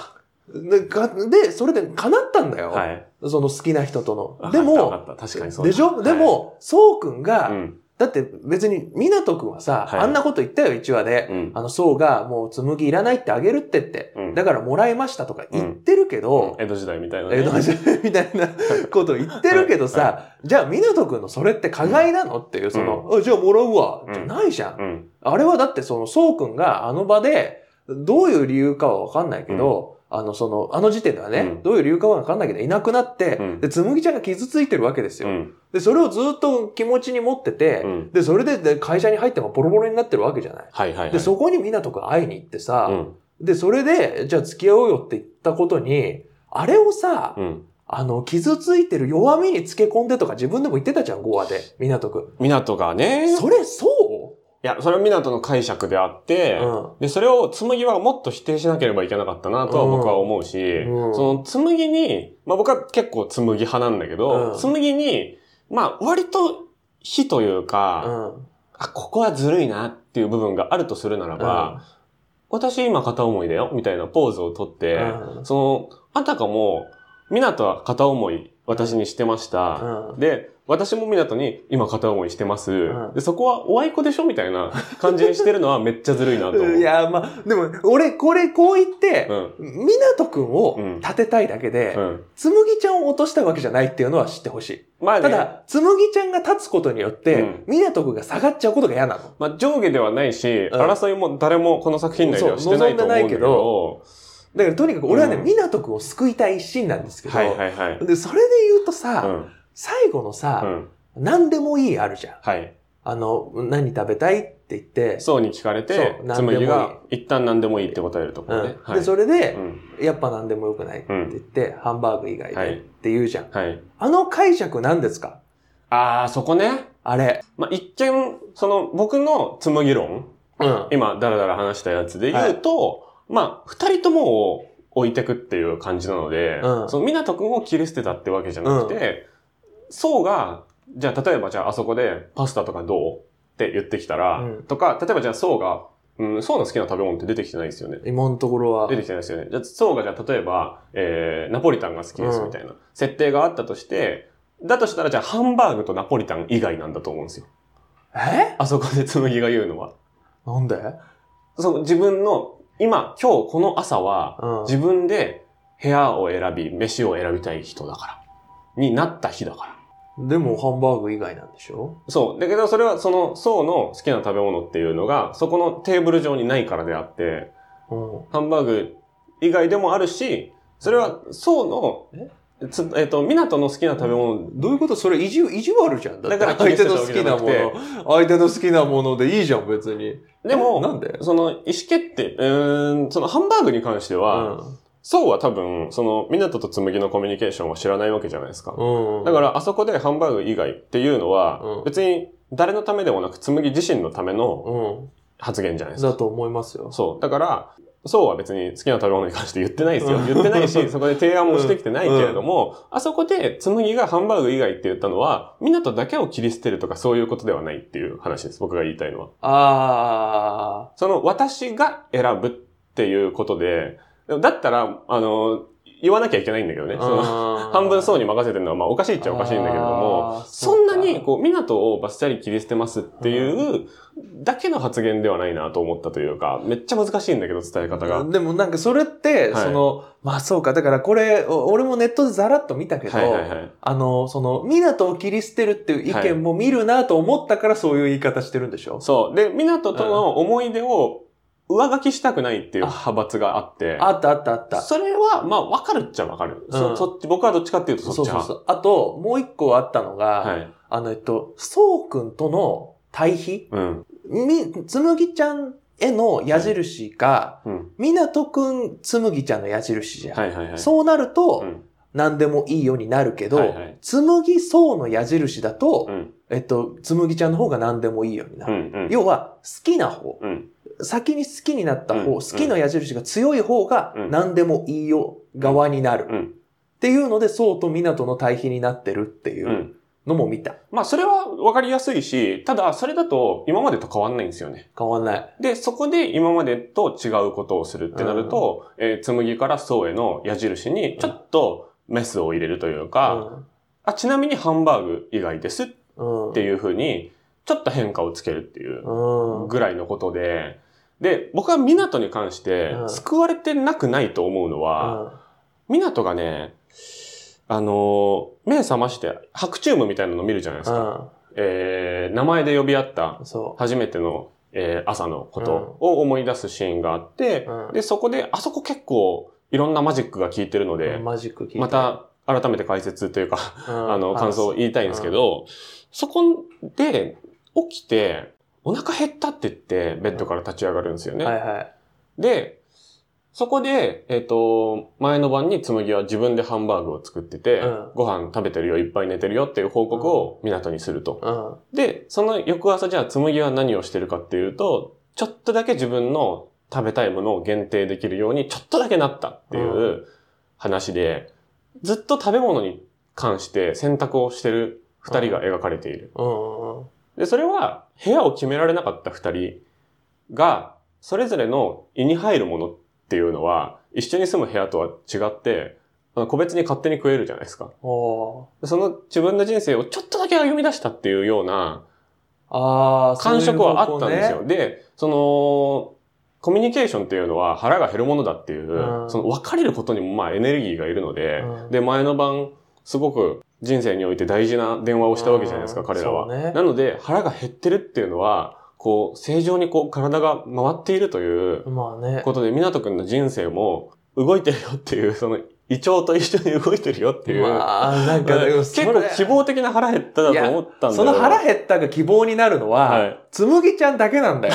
[SPEAKER 3] で、かでそれで叶ったんだよ。
[SPEAKER 2] はい。
[SPEAKER 3] その好きな人との。
[SPEAKER 2] わ
[SPEAKER 3] で
[SPEAKER 2] か
[SPEAKER 3] も、
[SPEAKER 2] ったわかった確かにそうだ
[SPEAKER 3] でしょ、
[SPEAKER 2] はい
[SPEAKER 3] でも、そうくんが、
[SPEAKER 2] うん。
[SPEAKER 3] だって別に、港くんはさ、
[SPEAKER 2] はい
[SPEAKER 3] あんなこと言ったよ、1話で。
[SPEAKER 2] うん。
[SPEAKER 3] あの、そうが、もう、紬いらないってあげるってって、
[SPEAKER 2] うん
[SPEAKER 3] だからもらいましたとか言ってるけど、
[SPEAKER 2] 江戸時代みたいなね。
[SPEAKER 3] 江戸時代 (laughs) みたいなこと言ってるけどさ、
[SPEAKER 2] はい
[SPEAKER 3] じゃあ、湊くんのそれって加害なのっていう、その、あじゃあもらうわ、
[SPEAKER 2] うん
[SPEAKER 3] じゃないじゃん。
[SPEAKER 2] うん。
[SPEAKER 3] あれはだって、その、そうくんがあの場で、どういう理由かはわかんないけど、あの、その、あの時点ではね、
[SPEAKER 2] うん
[SPEAKER 3] どういう理由かはわかんないけど、いなくなって、
[SPEAKER 2] うん
[SPEAKER 3] で、つむぎちゃんが傷ついてるわけです
[SPEAKER 2] う
[SPEAKER 3] よ。
[SPEAKER 2] ん。
[SPEAKER 3] で、それをずっと気持ちに持ってて、
[SPEAKER 2] うん。
[SPEAKER 3] で、それでで会社に入ってもボロボロになってるわけじゃない。
[SPEAKER 2] はいはいはい。
[SPEAKER 3] で、そこに湊くん会いに行ってさ、
[SPEAKER 2] うん。
[SPEAKER 3] で、それで、じゃあ付き合おうよって言ったことに、あれをさ、
[SPEAKER 2] うん。
[SPEAKER 3] あの、傷ついてる弱みにつけ込んでとか自分でも言ってたじゃん、5話で、港く
[SPEAKER 2] 港がね、い
[SPEAKER 3] ん。それ、そ
[SPEAKER 2] や、それは港の解釈であって、
[SPEAKER 3] ううん。
[SPEAKER 2] で、それを紬はもっと否定しなければいけなかったなとは僕は思うし、
[SPEAKER 3] うんうん
[SPEAKER 2] その紬に、まあ僕は結構紬派なんだけど、
[SPEAKER 3] うん
[SPEAKER 2] 紬に、まあ割と非というか、
[SPEAKER 3] うん。
[SPEAKER 2] あ、ここはずるいなっていう部分があるとするならば、私今片思いだよみたいなポーズをとって、
[SPEAKER 3] うん
[SPEAKER 2] その、あたかも、港は片思い私にしてました。
[SPEAKER 3] う
[SPEAKER 2] で、私も港に今片思いしてます。
[SPEAKER 3] うん
[SPEAKER 2] で、そこはおあいこでしょみたいな感じにしてるのはめっちゃずるいなと思う。
[SPEAKER 3] (laughs) ん。いや、まあ、でも、俺、これ、こう言って
[SPEAKER 2] う、ん。
[SPEAKER 3] 港くん
[SPEAKER 2] うん
[SPEAKER 3] を立てたいだけで
[SPEAKER 2] う、ん。
[SPEAKER 3] つむぎちゃんを落としたわけじゃないっていうのは知ってほしい。
[SPEAKER 2] まあ、ね、
[SPEAKER 3] ただ、つむぎちゃんが立つことによっ
[SPEAKER 2] う
[SPEAKER 3] て
[SPEAKER 2] ん、
[SPEAKER 3] 港くんが下がっちゃうことが嫌なの。
[SPEAKER 2] まあ上下ではないし、
[SPEAKER 3] ん
[SPEAKER 2] 争いも誰もこの作品内ではしてないと思うんだけど、
[SPEAKER 3] だから、とにかく俺はね、
[SPEAKER 2] うん
[SPEAKER 3] 港くんを救いたい一心なんですけど、
[SPEAKER 2] はいはいはい。
[SPEAKER 3] で、それで言うとさ、
[SPEAKER 2] うん。
[SPEAKER 3] 最後のさ、
[SPEAKER 2] うん。
[SPEAKER 3] 何でもいいあるじゃん。
[SPEAKER 2] はい。
[SPEAKER 3] あの、何食べたいって言って、
[SPEAKER 2] そうに聞かれて
[SPEAKER 3] そう、何でもいい
[SPEAKER 2] 紬が一旦何でもいいって答えるとこ
[SPEAKER 3] う
[SPEAKER 2] ろ
[SPEAKER 3] ん
[SPEAKER 2] ね。は
[SPEAKER 3] で、
[SPEAKER 2] い。
[SPEAKER 3] それで
[SPEAKER 2] う、ん。
[SPEAKER 3] やっぱ何でもよくないって言って、ハンバーグ以外
[SPEAKER 2] は
[SPEAKER 3] で
[SPEAKER 2] い
[SPEAKER 3] って言うじゃん。
[SPEAKER 2] はい。
[SPEAKER 3] あの解釈何ですか
[SPEAKER 2] あー、そこね。
[SPEAKER 3] あれ。
[SPEAKER 2] まあ、一見、その、僕の紬論、
[SPEAKER 3] うん。
[SPEAKER 2] 今、だらだら話したやつで言うと、まあ、二人ともを置いてくっていう感じなので、
[SPEAKER 3] うん
[SPEAKER 2] その、湊くんを切り捨てたってわけじゃなくて、そうが、じゃあ、例えば、じゃあ、あそこで、パスタとかどうって言ってきたら、
[SPEAKER 3] うん
[SPEAKER 2] とか、例えば、じゃあ、そうが、うん、そうの好きな食べ物って出てきてないですよね。
[SPEAKER 3] 今のところは
[SPEAKER 2] 出。てきてないですよね。じゃあ、そうがじゃあ、例えば、えー、ナポリタンが好きですみたいな、設定があったとして、だとしたら、じゃあ、ハンバーグとナポリタン以外なんだと思うんですよ。
[SPEAKER 3] え
[SPEAKER 2] あそこで紬が言うのは。
[SPEAKER 3] なんで
[SPEAKER 2] その自分の、今、今日この朝は、
[SPEAKER 3] うん。
[SPEAKER 2] 自分で部屋を選び、飯を選びたい人だから。になった日だから。
[SPEAKER 3] でも、ハンバーグ以外なんでしょ
[SPEAKER 2] そう。だけど、それはその、層の好きな食べ物っていうのが、そこのテーブル上にないからであって、
[SPEAKER 3] うん
[SPEAKER 2] ハンバーグ以外でもあるし、それは、層の、つえっ、と、港の好きな食べ物、
[SPEAKER 3] どういうことそれ意地、意地悪じゃん。だって
[SPEAKER 2] だから
[SPEAKER 3] 相
[SPEAKER 2] 気にし
[SPEAKER 3] 手
[SPEAKER 2] てた
[SPEAKER 3] の
[SPEAKER 2] わ
[SPEAKER 3] 好
[SPEAKER 2] け
[SPEAKER 3] き
[SPEAKER 2] じゃ
[SPEAKER 3] な
[SPEAKER 2] なく
[SPEAKER 3] も
[SPEAKER 2] て
[SPEAKER 3] の、相手の好きなものでいいじゃん、別に。
[SPEAKER 2] で
[SPEAKER 3] な
[SPEAKER 2] も、
[SPEAKER 3] んで
[SPEAKER 2] その意思決定、うーん、そのハンバーグに関しては、そうは多分、その、港と紬のコミュニケーションは知らないわけじゃないですか。
[SPEAKER 3] うん。うん。
[SPEAKER 2] だから、あそこでハンバーグ以外っていうのは、
[SPEAKER 3] うん
[SPEAKER 2] 別に誰のためでもなく、紬自身のための
[SPEAKER 3] う
[SPEAKER 2] 発言じゃないで
[SPEAKER 3] ん。
[SPEAKER 2] すか。
[SPEAKER 3] だと思いますよ。
[SPEAKER 2] そう。だから、そうは別に好きな食べ物に関して言ってないですよ。言ってない
[SPEAKER 3] (laughs)
[SPEAKER 2] し、そこで提案もしてきてないけれども、あそこで紬がハンバーグ以外って言ったのは、港だけを切り捨てるとかそういうことではないっていう話です。僕が言いたいのは。
[SPEAKER 3] あ
[SPEAKER 2] その、私が選ぶっていうことで、だったら、あの、言わなきゃいけないんだけどね。
[SPEAKER 3] ー。
[SPEAKER 2] その
[SPEAKER 3] あー
[SPEAKER 2] 半分そうに任せてるのは、まあ、おかしいっちゃおかしいんだけれども、
[SPEAKER 3] あー
[SPEAKER 2] そんな
[SPEAKER 3] そう
[SPEAKER 2] に、
[SPEAKER 3] か
[SPEAKER 2] こう、港をバッサリ切り捨てますっていう、だけの発言ではないなと思ったというか、めっちゃ難しいんだけど、伝え方が。
[SPEAKER 3] でもなんかそれって、
[SPEAKER 2] はい
[SPEAKER 3] その、まあそうか、だからこれ、お俺もネットでざらっと見たけど、
[SPEAKER 2] はいはいはい。
[SPEAKER 3] あの、その、港を切り捨てるっていう意見も見るなと思ったからそういう言い方してるんでしょ、
[SPEAKER 2] そう。で、港との思い出を上書きしたくないっていう
[SPEAKER 3] あ
[SPEAKER 2] 派閥があって、
[SPEAKER 3] あったあったあった。
[SPEAKER 2] それは、まあ、わかるっちゃわかる。
[SPEAKER 3] うん
[SPEAKER 2] そそっち、僕はどっちかっていうとそっち
[SPEAKER 3] そうそう
[SPEAKER 2] 派。
[SPEAKER 3] そう。あと、もう一個あったのが、
[SPEAKER 2] はい。
[SPEAKER 3] あの、えっと、そうくんとの対比
[SPEAKER 2] うん。
[SPEAKER 3] み、つむぎちゃんへの矢印が、
[SPEAKER 2] うん。
[SPEAKER 3] みなとくん、つむぎちゃんの矢印じゃん。
[SPEAKER 2] はいはいはい。
[SPEAKER 3] そうなると、
[SPEAKER 2] うん
[SPEAKER 3] 何でもいいようになるけど、
[SPEAKER 2] はいはい
[SPEAKER 3] つむぎそうの矢印だと、
[SPEAKER 2] うん。
[SPEAKER 3] えっと、つむぎちゃんの方が何でもいいようにな
[SPEAKER 2] う
[SPEAKER 3] る。
[SPEAKER 2] ん。うん。
[SPEAKER 3] 要は、好きな方、
[SPEAKER 2] うん。
[SPEAKER 3] 先に好きになった方、
[SPEAKER 2] うん
[SPEAKER 3] 好きの矢印が強い方が
[SPEAKER 2] うん
[SPEAKER 3] 何でもいいよ側になる。
[SPEAKER 2] うんうん
[SPEAKER 3] っていうので、そうと港の対比になってるってい
[SPEAKER 2] うん
[SPEAKER 3] う。のも見た。
[SPEAKER 2] まあ、それはわかりやすいし、ただ、それだと今までと変わんないんですよね。
[SPEAKER 3] 変わんない。
[SPEAKER 2] で、そこで今までと違うことをするってなると、えー紬からそうへの矢印にちょっとメスを入れるというか、あ、ちなみにハンバーグ以外ですっ
[SPEAKER 3] うん。うん。
[SPEAKER 2] ていうふうに、ちょっと変化をつけるっていう
[SPEAKER 3] うん。
[SPEAKER 2] ぐらいのことで、で、僕は港に関して
[SPEAKER 3] うん
[SPEAKER 2] 救われてなくないと思うのは、港がね、あのー、目覚まして、白チュームみたいなの見るじゃないですか。えー名前で呼び合った
[SPEAKER 3] うん。そ
[SPEAKER 2] 初めての、えー朝のことを思い出すシーンがあって
[SPEAKER 3] う。、うん。
[SPEAKER 2] で、そこで、あそこ結構いろんなマジックが効いてるので、
[SPEAKER 3] マジック聞い
[SPEAKER 2] ま、た改めて解説というか、
[SPEAKER 3] うん
[SPEAKER 2] あの、感想を。言いたいんですけど、そこで起きて、お腹減ったって言って、ベッドから立ち上がるんですよね。
[SPEAKER 3] はいはい。
[SPEAKER 2] で、そこで、えっ、と、前の晩に紬は自分でハンバーグを作ってて、
[SPEAKER 3] うん
[SPEAKER 2] ご飯食べてるよ、いっぱい寝てるよっていう報告を港にすると。
[SPEAKER 3] うん。
[SPEAKER 2] で、その翌朝じゃあ紬は何をしてるかっていうと、ちょっとだけ自分の食べたいものを限定できるようにちょっとだけなったっていう話で、ずっと食べ物に関して選択をしてる二人が描かれている。
[SPEAKER 3] うん。うん
[SPEAKER 2] で、それは部屋を決められなかった二人が、それぞれの胃に入るものっていうのは、一緒に住む部屋とは違って、あの個別に勝手に食えるじゃないですか。
[SPEAKER 3] おー
[SPEAKER 2] その自分の人生をちょっとだけ歩み出したっていうような、
[SPEAKER 3] ああ、
[SPEAKER 2] 感触はあったんです
[SPEAKER 3] そういう方向
[SPEAKER 2] よ。
[SPEAKER 3] ね。
[SPEAKER 2] で、その、コミュニケーションっていうのは腹が減るものだっていう、
[SPEAKER 3] うん
[SPEAKER 2] その別れることにもまあエネルギーがいるので、
[SPEAKER 3] うん
[SPEAKER 2] で、前の晩、すごく人生において大事な電話をしたわけじゃないですか、
[SPEAKER 3] うん
[SPEAKER 2] 彼らは、
[SPEAKER 3] そうね
[SPEAKER 2] なので、腹が減ってるっていうのは、こう、正常にこう、体が回っているという
[SPEAKER 3] まあね。
[SPEAKER 2] ことで、湊くんの人生も動いてるよっていう、その、胃腸と一緒に動いてるよっていう、
[SPEAKER 3] まあ、なんか、でも
[SPEAKER 2] 結
[SPEAKER 3] それ
[SPEAKER 2] 構希望的な腹減っただと思ったんだよ
[SPEAKER 3] その腹減ったが希望になるのは、
[SPEAKER 2] はい
[SPEAKER 3] つむぎちゃんだけなん (laughs) だよ。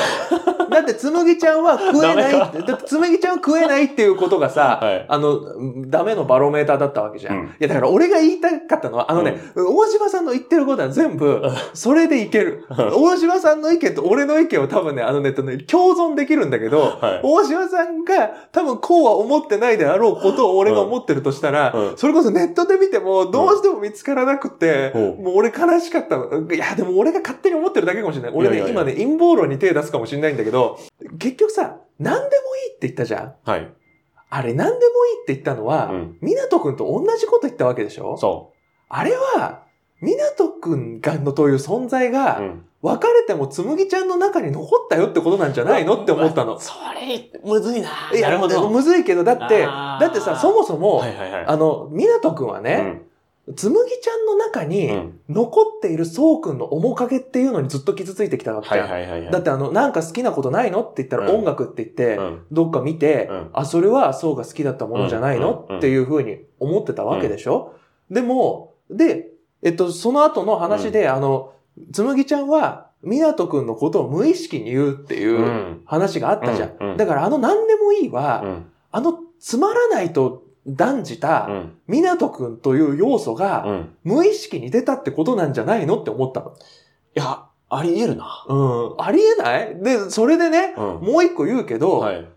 [SPEAKER 3] だってつむぎちゃんは食えない (laughs) って、だってつむぎちゃんは食えないっていうことがさ、
[SPEAKER 2] はい
[SPEAKER 3] あの、うんダメのバロメーターだったわけじゃん。
[SPEAKER 2] うん
[SPEAKER 3] いや、だから俺が言いたかったのは、あのね、大島さんの言ってることは全部、それでいける。大島さんの意見と俺の意見を多分ね、あのね、とね共存できるんだけど、
[SPEAKER 2] はい
[SPEAKER 3] (laughs) 大島さんが多分こうは思ってないであろうことを俺が思ってるとしたら、
[SPEAKER 2] うんうん
[SPEAKER 3] それこそネットで見てもどうしても見つからなくて、
[SPEAKER 2] うん
[SPEAKER 3] もう俺悲しかったの。いや、でも俺が勝手に思ってるだけかもしれない。俺ね、
[SPEAKER 2] いやいやいや
[SPEAKER 3] 今ね、陰謀論に手出すかもしれないんだけど、結局さ、何でもいいって言ったじゃん。
[SPEAKER 2] はい。
[SPEAKER 3] あれ、何でもいいって言ったのは、
[SPEAKER 2] うん
[SPEAKER 3] みなとくんと同じこと言ったわけでしょ
[SPEAKER 2] そ
[SPEAKER 3] あれは、みなとくんがのという存在
[SPEAKER 2] う。う
[SPEAKER 3] が、
[SPEAKER 2] ん
[SPEAKER 3] 別れてもつむぎちゃんの中に残ったよってことなんじゃないのって思ったの。
[SPEAKER 2] それ、むずいな。
[SPEAKER 3] いや、むずいけど、だって、
[SPEAKER 2] あー
[SPEAKER 3] だってさ、そもそも、
[SPEAKER 2] はいはいはい。
[SPEAKER 3] あの、みなとくんはね、
[SPEAKER 2] うん
[SPEAKER 3] つむぎちゃんの中に
[SPEAKER 2] うん
[SPEAKER 3] 残っているそうくんの面影っていうのにずっと傷ついてきたわけ
[SPEAKER 2] は
[SPEAKER 3] じ
[SPEAKER 2] い
[SPEAKER 3] ゃん。
[SPEAKER 2] はいはいはい。
[SPEAKER 3] だってあの、なんか好きなことないのって言ったら
[SPEAKER 2] うん
[SPEAKER 3] 音楽って言って、
[SPEAKER 2] うん
[SPEAKER 3] どっか見て、
[SPEAKER 2] うん
[SPEAKER 3] あ、それはそうが好きだったものじゃないの、
[SPEAKER 2] うん。
[SPEAKER 3] っていうふうに思ってたわけでしょ、でも、で、えっと、その後の話で、あの、つむぎちゃんは、みなとくんのことを無意識に言うっていうううん話があったじゃん。
[SPEAKER 2] うんうん
[SPEAKER 3] だからあの何でもいいは、
[SPEAKER 2] うん。
[SPEAKER 3] あのつまらないと断じた
[SPEAKER 2] う、ん。
[SPEAKER 3] みなとくんという要素が、
[SPEAKER 2] うん。
[SPEAKER 3] 無意識に出たってことなんじゃないのって思ったの。
[SPEAKER 2] いや、あり得るな。
[SPEAKER 3] うん。ありえないで、それでね、
[SPEAKER 2] うん。
[SPEAKER 3] もう一個言うけど、
[SPEAKER 2] はい。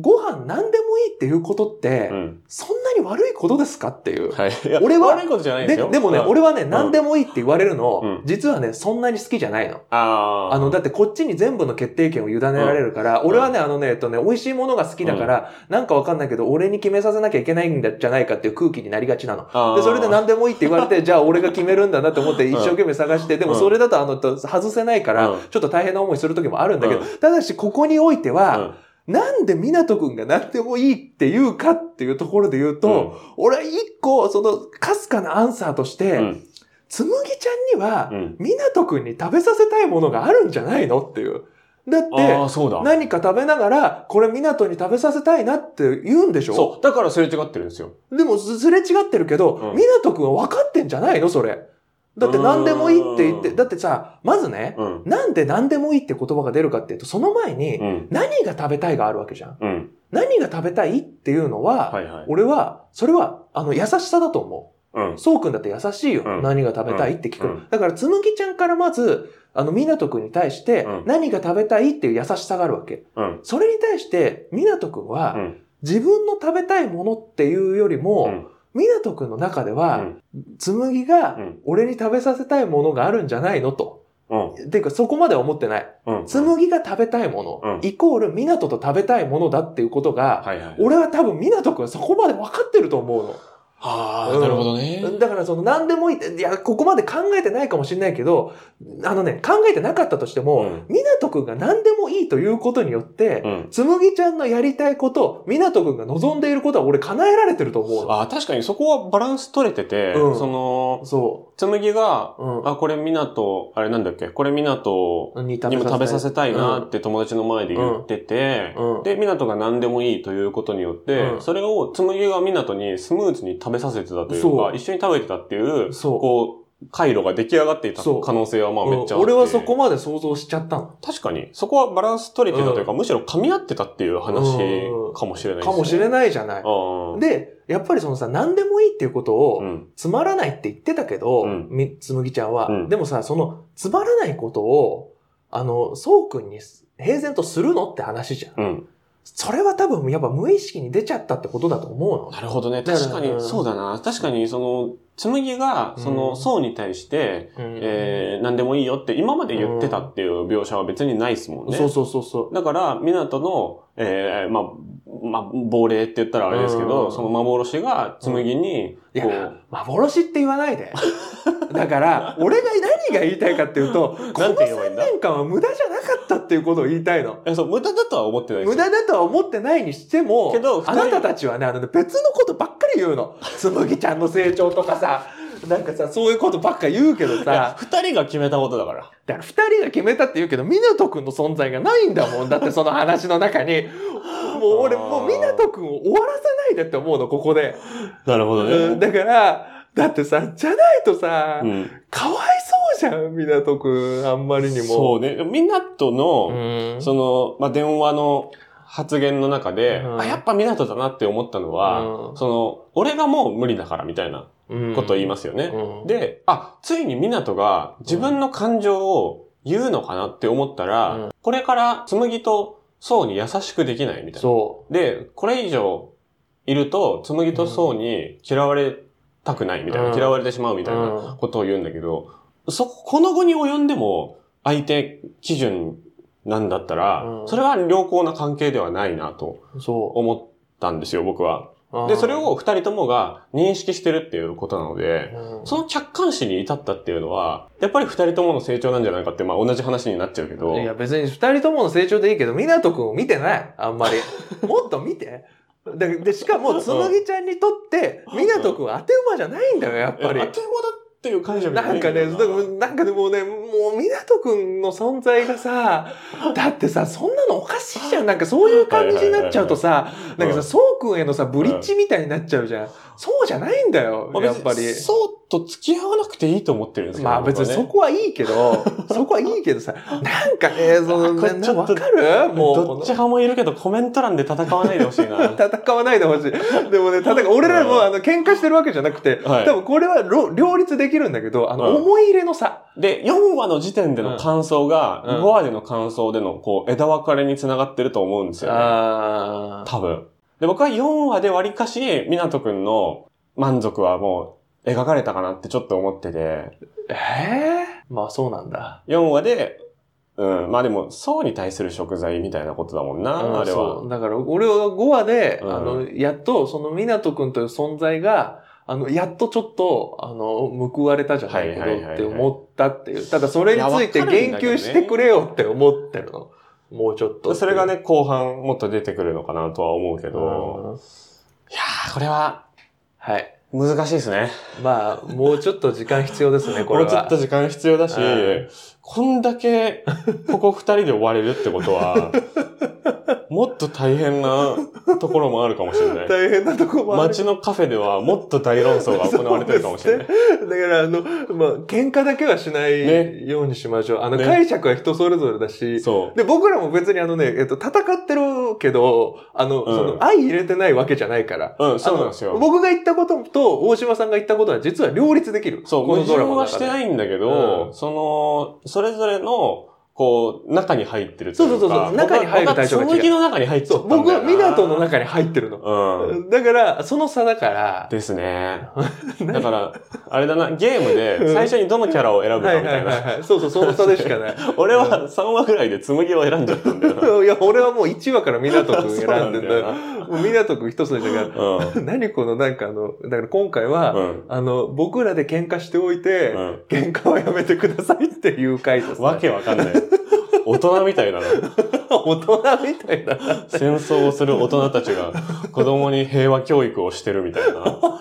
[SPEAKER 3] ご飯何でもいいっていうことって、
[SPEAKER 2] うん。
[SPEAKER 3] そんなに悪いことですかっていう。
[SPEAKER 2] はい。いや
[SPEAKER 3] 俺は
[SPEAKER 2] 悪いことじゃないです
[SPEAKER 3] で
[SPEAKER 2] よ。
[SPEAKER 3] でもね、
[SPEAKER 2] うん
[SPEAKER 3] 俺はね、何でもいいって言われるの、
[SPEAKER 2] うん
[SPEAKER 3] 実はね、そんなに好きじゃないの。
[SPEAKER 2] あー
[SPEAKER 3] あの、だってこっちに全部の決定権を委ねられるから、俺はね、あのね、えっとね、美味しいものが好きだから、なんかわかんないけど、俺に決めさせなきゃいけないんじゃないかっていう空気になりがちなの。
[SPEAKER 2] あー
[SPEAKER 3] で、それで何でもいいって言われて、じゃあ俺が決めるんだなって思って
[SPEAKER 2] ん
[SPEAKER 3] 一生懸命探して、でも
[SPEAKER 2] うん
[SPEAKER 3] それだとあの、と外せないから
[SPEAKER 2] うん、
[SPEAKER 3] ちょっと大変な思いする時もあるんだけど
[SPEAKER 2] う、
[SPEAKER 3] ただしここにおいて
[SPEAKER 2] う
[SPEAKER 3] は、
[SPEAKER 2] ん
[SPEAKER 3] なんで湊くんが何でもいいって言うかっていうところで言うと、俺は一個、その、かすかなアンサーとし
[SPEAKER 2] う
[SPEAKER 3] て、
[SPEAKER 2] ん。
[SPEAKER 3] つむぎちゃんには
[SPEAKER 2] う、ん。
[SPEAKER 3] 湊くんに食べさせたいものがあるんじゃないのっていう。だって、
[SPEAKER 2] ああ、そうだ。
[SPEAKER 3] 何か食べながら、これ湊に食べさせたいなって言うんでしょ
[SPEAKER 2] そう。だからすれ違ってるんですよ。
[SPEAKER 3] でもすすれ違ってるけど、
[SPEAKER 2] うん
[SPEAKER 3] 湊斗くんは分かってんじゃないのそれ。だって何でもいいって言って、
[SPEAKER 2] うん
[SPEAKER 3] だってさ、まずね、
[SPEAKER 2] うん。
[SPEAKER 3] なんで何でもいいって言葉が出るかっていうと、その前に
[SPEAKER 2] う、ん。
[SPEAKER 3] 何が食べたいがあるわけじゃん。
[SPEAKER 2] うん。
[SPEAKER 3] 何が食べたいっていうのは、
[SPEAKER 2] はいはい。
[SPEAKER 3] 俺は、それは、あの、優しさだと思
[SPEAKER 2] うん
[SPEAKER 3] う。。そうくんだって優しいよ。
[SPEAKER 2] うん
[SPEAKER 3] 何が食べたいって聞くの。
[SPEAKER 2] うん
[SPEAKER 3] だから、つむぎちゃんからまず、あの、湊くんに対して
[SPEAKER 2] うん、
[SPEAKER 3] 何が食べたいっていう優しさがあるわけ。
[SPEAKER 2] うん。
[SPEAKER 3] それに対して、湊くんは、
[SPEAKER 2] うん
[SPEAKER 3] 自分の食べたいものっていうよりも、
[SPEAKER 2] うん
[SPEAKER 3] みなとくんの中で
[SPEAKER 2] う
[SPEAKER 3] は、
[SPEAKER 2] ん
[SPEAKER 3] 紬が
[SPEAKER 2] うん、
[SPEAKER 3] 俺に食べさせたいものがあるんじゃないのと。
[SPEAKER 2] うん。
[SPEAKER 3] ていうか、そこまでは思ってない。
[SPEAKER 2] うん。
[SPEAKER 3] 紬が食べたいもの、
[SPEAKER 2] うん
[SPEAKER 3] イコールみなとと食べたいものだっていうことが、
[SPEAKER 2] はいはい。
[SPEAKER 3] 俺は多分みなとくんはそこまで分かってると思う
[SPEAKER 2] あ
[SPEAKER 3] う
[SPEAKER 2] あ、
[SPEAKER 3] ん
[SPEAKER 2] なるほどね。
[SPEAKER 3] の。だから、その、何でもいいって、いや、ここまで考えてないかもしれないけど、あのね、考えてなかったとして
[SPEAKER 2] う
[SPEAKER 3] も
[SPEAKER 2] ん、
[SPEAKER 3] みなとくんが何でもいいということによって、
[SPEAKER 2] うん。
[SPEAKER 3] つむぎちゃんのやりたいこと、みなとくんが望んでいることは俺叶えられてると思うの。
[SPEAKER 2] あー確かにそこはバランス取れてて、
[SPEAKER 3] うん
[SPEAKER 2] その、
[SPEAKER 3] そ
[SPEAKER 2] 紬が、
[SPEAKER 3] う。うん。
[SPEAKER 2] あ、これ港、あれなんだっけ、これ港
[SPEAKER 3] に
[SPEAKER 2] にも食べさ
[SPEAKER 3] せ
[SPEAKER 2] せたいなって友達の前で言ってて、
[SPEAKER 3] うんうん
[SPEAKER 2] で、港が何でもいいということによって、
[SPEAKER 3] うん
[SPEAKER 2] それを紬が港にスムーズに食べさせてたという
[SPEAKER 3] そ
[SPEAKER 2] か
[SPEAKER 3] う、
[SPEAKER 2] 一緒に食べてたっていう、
[SPEAKER 3] そう
[SPEAKER 2] こう、回路が出来上がっていた
[SPEAKER 3] そう
[SPEAKER 2] 可能性はまあめっちゃあ
[SPEAKER 3] う
[SPEAKER 2] っ
[SPEAKER 3] ん
[SPEAKER 2] て、
[SPEAKER 3] 俺はそこまで想像しちゃったの。
[SPEAKER 2] 確かに、そこはバランス取れてたというか、むしろ噛み合ってたっていう話かもしれないですね。
[SPEAKER 3] かもしれ
[SPEAKER 2] い。
[SPEAKER 3] ないじゃない。
[SPEAKER 2] あで、
[SPEAKER 3] で、やっぱりそのさ、何でもいいっていうこと
[SPEAKER 2] う
[SPEAKER 3] を、
[SPEAKER 2] ん。
[SPEAKER 3] つまらないって言ってたけど
[SPEAKER 2] うん、
[SPEAKER 3] みつむぎちゃんは
[SPEAKER 2] う。ん
[SPEAKER 3] でもさ、その、つまらないことを、あの、そうくんに平然とするのって話じゃん。
[SPEAKER 2] うん。
[SPEAKER 3] それは多分やっぱ無意識に出ちゃったってことだと思うの。
[SPEAKER 2] なるほどね。
[SPEAKER 3] だから
[SPEAKER 2] 確かに、そうだな。確かに、その、紬が、そうの、
[SPEAKER 3] ん
[SPEAKER 2] 層に対して、
[SPEAKER 3] うん
[SPEAKER 2] えー、何でもいいよって今まで言ってたっていう描写は別にないですもんね。
[SPEAKER 3] そうそうそうそう。
[SPEAKER 2] だから、港の、えー、まあ、まあ、亡霊って言ったらあれですけ
[SPEAKER 3] う
[SPEAKER 2] ど、
[SPEAKER 3] ん
[SPEAKER 2] その幻が紬に、
[SPEAKER 3] い
[SPEAKER 2] こ
[SPEAKER 3] や
[SPEAKER 2] う、、
[SPEAKER 3] 幻って言わないで。だから、俺が何が言いたいかってい
[SPEAKER 2] (laughs)
[SPEAKER 3] うと、この
[SPEAKER 2] て言えばいい
[SPEAKER 3] 3
[SPEAKER 2] んだ
[SPEAKER 3] 年間は無駄じゃなかったっていうことを言いたいの。
[SPEAKER 2] えそう、無駄だとは思ってないです
[SPEAKER 3] 無
[SPEAKER 2] よ。
[SPEAKER 3] 駄だとは思ってないにしても、
[SPEAKER 2] けど
[SPEAKER 3] あなたたちはね、あのね別のことばっかり言うの。つむぎちゃんの成長とかさ、なんかさ、そういうことばっか言うけど
[SPEAKER 2] いや
[SPEAKER 3] さ、
[SPEAKER 2] 二人が決めたことだから。
[SPEAKER 3] だから二人が決めたって言うけど、みなとくんの存在がないんだもん。だってその話の中に。もう俺、
[SPEAKER 2] あー
[SPEAKER 3] もうみなとくんを終わらせないでって思うの、ここで。
[SPEAKER 2] なるほど
[SPEAKER 3] うんだから、だってさ、じゃないとさ、
[SPEAKER 2] うん。
[SPEAKER 3] かわいそうじゃん、港くん、あんまりにも。
[SPEAKER 2] そうね。港の、
[SPEAKER 3] うん。
[SPEAKER 2] その、まあ、電話の発言の中で、
[SPEAKER 3] うん
[SPEAKER 2] あ、やっぱ港だなって思ったのは、
[SPEAKER 3] うん
[SPEAKER 2] その、俺がもう無理だからみたいな
[SPEAKER 3] うん
[SPEAKER 2] ことを言いますよね。
[SPEAKER 3] うん
[SPEAKER 2] で、あ、ついに港が自分の感情を言うのかなって思ったら、
[SPEAKER 3] う
[SPEAKER 2] これから紬と層に優しくできないみたいな。
[SPEAKER 3] そ
[SPEAKER 2] で、これ以上いると紬と層に嫌われたくないみたいな、
[SPEAKER 3] うん
[SPEAKER 2] 嫌われてしまうみ
[SPEAKER 3] う。
[SPEAKER 2] たいなことを言うんだけど、そこ、この後に及んでも相手基準なんだったら、
[SPEAKER 3] うん
[SPEAKER 2] それは良好な関係ではないなと
[SPEAKER 3] うんそ
[SPEAKER 2] 思ったんですよ、僕は。
[SPEAKER 3] う。
[SPEAKER 2] で、それを二人ともが認識してるっていうことなので、
[SPEAKER 3] うん、
[SPEAKER 2] その客観視に至ったっていうのは、やっぱり二人ともの成長なんじゃないかって、まあ同じ話になっちゃうけど、
[SPEAKER 3] いや、別に二人ともの成長でいいけど、港くんを見てない、あんまり。もっと見て。だからで、しかも、つむぎちゃんにとって、みなとくんは当て馬じゃないんだよ、やっぱり
[SPEAKER 2] あ。てもだっていう解釈じゃ
[SPEAKER 3] なん
[SPEAKER 2] い
[SPEAKER 3] かね、
[SPEAKER 2] だ
[SPEAKER 3] だ
[SPEAKER 2] よ
[SPEAKER 3] からなんかでもうね、もう、港くんの存在がさ、だってさ、そんなのおかしいじゃん。なんかそういう感じになっちゃうとさ、なんかさ、そうくんへのさ、ブリッジみたいになっちゃうじゃん。そうじゃないんだよ、
[SPEAKER 2] まあ
[SPEAKER 3] やっ
[SPEAKER 2] 別に
[SPEAKER 3] ぱり。
[SPEAKER 2] そうと付き合わなくていいと思ってるんですけど
[SPEAKER 3] まあ別にそこはいいけ (laughs) ど、そこはいいけどさ、なんかね、その、
[SPEAKER 2] あこれ
[SPEAKER 3] な
[SPEAKER 2] ちょっと
[SPEAKER 3] わかるもう、
[SPEAKER 2] どっち派もいるけど、コメント欄で戦わないでほし
[SPEAKER 3] (laughs)
[SPEAKER 2] いな。はい。
[SPEAKER 3] 戦わないでほしい。でもね、戦う、俺らもあの、喧嘩してるわけじゃなくて、
[SPEAKER 2] はい
[SPEAKER 3] 多分これはろ両立できるんだけど、あの、
[SPEAKER 2] うん
[SPEAKER 3] 思い入れの差。
[SPEAKER 2] で、4話の時点での感想が、
[SPEAKER 3] う
[SPEAKER 2] 5
[SPEAKER 3] ん
[SPEAKER 2] 話での感想での、こう、枝分かれにつながってると思うんですよ、ね。
[SPEAKER 3] あ
[SPEAKER 2] 多分。で、僕は4話で割りかし、みなとくんの満足はもう、描かれたかなってちょっと思ってて、
[SPEAKER 3] ええまあそうなんだ。
[SPEAKER 2] 4話で、うん、まあでも、層に対する食材みたいなことだもんな、
[SPEAKER 3] うん
[SPEAKER 2] あれ
[SPEAKER 3] そ
[SPEAKER 2] は。
[SPEAKER 3] うだから、俺は5話で、
[SPEAKER 2] うん
[SPEAKER 3] あの、やっと、その、湊くんという存在が、あの、やっとちょっと、あの、報われたじゃないけ
[SPEAKER 2] はいはいはいは
[SPEAKER 3] ど
[SPEAKER 2] い
[SPEAKER 3] って思ったっていう。ただ、それについて
[SPEAKER 2] いやわかるん
[SPEAKER 3] 言
[SPEAKER 2] だけど
[SPEAKER 3] 及
[SPEAKER 2] ね
[SPEAKER 3] してくれよって思ってるの。もうちょっと。
[SPEAKER 2] それが、ね、後半もっと出てくるのかなとは思うけ
[SPEAKER 3] う
[SPEAKER 2] ど、い
[SPEAKER 3] ん
[SPEAKER 2] やー、これは
[SPEAKER 3] はい。
[SPEAKER 2] 難しいですね。
[SPEAKER 3] まあ、もうちょっと時間必要です
[SPEAKER 2] (laughs)
[SPEAKER 3] ね、こ
[SPEAKER 2] こ
[SPEAKER 3] れ
[SPEAKER 2] れちょ
[SPEAKER 3] は
[SPEAKER 2] っ。と時間必要だし
[SPEAKER 3] うん、
[SPEAKER 2] こんだけ、ここ二人で終われるってこと (laughs) は、もっと大変なところもあるかもしれ (laughs) ない。
[SPEAKER 3] 大変なとこもある。
[SPEAKER 2] 街のカフェではもっと大論争が行われてるかもしれない。
[SPEAKER 3] (laughs) だから、あの、まあ、喧嘩だけはしない
[SPEAKER 2] ね
[SPEAKER 3] ようにしましょう。あの、
[SPEAKER 2] ね
[SPEAKER 3] 解釈は人それぞれだ
[SPEAKER 2] (laughs)
[SPEAKER 3] し、
[SPEAKER 2] そう。
[SPEAKER 3] で、僕らも別にあのね、えっと、戦ってるけど、あの、
[SPEAKER 2] うん
[SPEAKER 3] その、相入れてないわけじゃないから。
[SPEAKER 2] うん、
[SPEAKER 3] あ
[SPEAKER 2] そうなん
[SPEAKER 3] の
[SPEAKER 2] ですよ。
[SPEAKER 3] 僕が言ったことと、大島さんが言ったことは実は両立できる。
[SPEAKER 2] そう、
[SPEAKER 3] こ
[SPEAKER 2] 矛
[SPEAKER 3] の
[SPEAKER 2] 盾
[SPEAKER 3] ドラマの
[SPEAKER 2] はし
[SPEAKER 3] 中
[SPEAKER 2] て
[SPEAKER 3] で。
[SPEAKER 2] ないんだけ
[SPEAKER 3] う
[SPEAKER 2] ど、
[SPEAKER 3] ん
[SPEAKER 2] その、それぞれの、こう、中に入ってる
[SPEAKER 3] そうそうそうそう中に入る対象が違う
[SPEAKER 2] 違の中に入っち
[SPEAKER 3] そ
[SPEAKER 2] ゃった
[SPEAKER 3] う、
[SPEAKER 2] んだよ
[SPEAKER 3] 僕は
[SPEAKER 2] な
[SPEAKER 3] 港の中に入ってるの。
[SPEAKER 2] うん。
[SPEAKER 3] だから、その差だから、
[SPEAKER 2] です
[SPEAKER 3] (laughs)
[SPEAKER 2] ね。だから、あれだな、ゲームで最初にどのキャラを選ぶ
[SPEAKER 3] は
[SPEAKER 2] かみ
[SPEAKER 3] いは
[SPEAKER 2] たい
[SPEAKER 3] いはい
[SPEAKER 2] な。
[SPEAKER 3] はい。そうそう、その差でしかない。 (laughs)
[SPEAKER 2] 俺は3話ぐらいで紬を選んじゃったんだよな。
[SPEAKER 3] いや、俺はもう1話から港くん選んでんだ
[SPEAKER 2] そう
[SPEAKER 3] よ。
[SPEAKER 2] な
[SPEAKER 3] もう港くん一つだから、
[SPEAKER 2] んだよ
[SPEAKER 3] 何このなんかあの、だから今回
[SPEAKER 2] な。
[SPEAKER 3] は、
[SPEAKER 2] うん。
[SPEAKER 3] あの、僕らで喧嘩しておいて、
[SPEAKER 2] うん。うん。
[SPEAKER 3] 喧嘩はやめてくださいっていう回です、
[SPEAKER 2] わけわかんない。大人みたいだな
[SPEAKER 3] 大人みたいな。
[SPEAKER 2] 戦争をする大人たちが子供に平和教育をしてるみたいな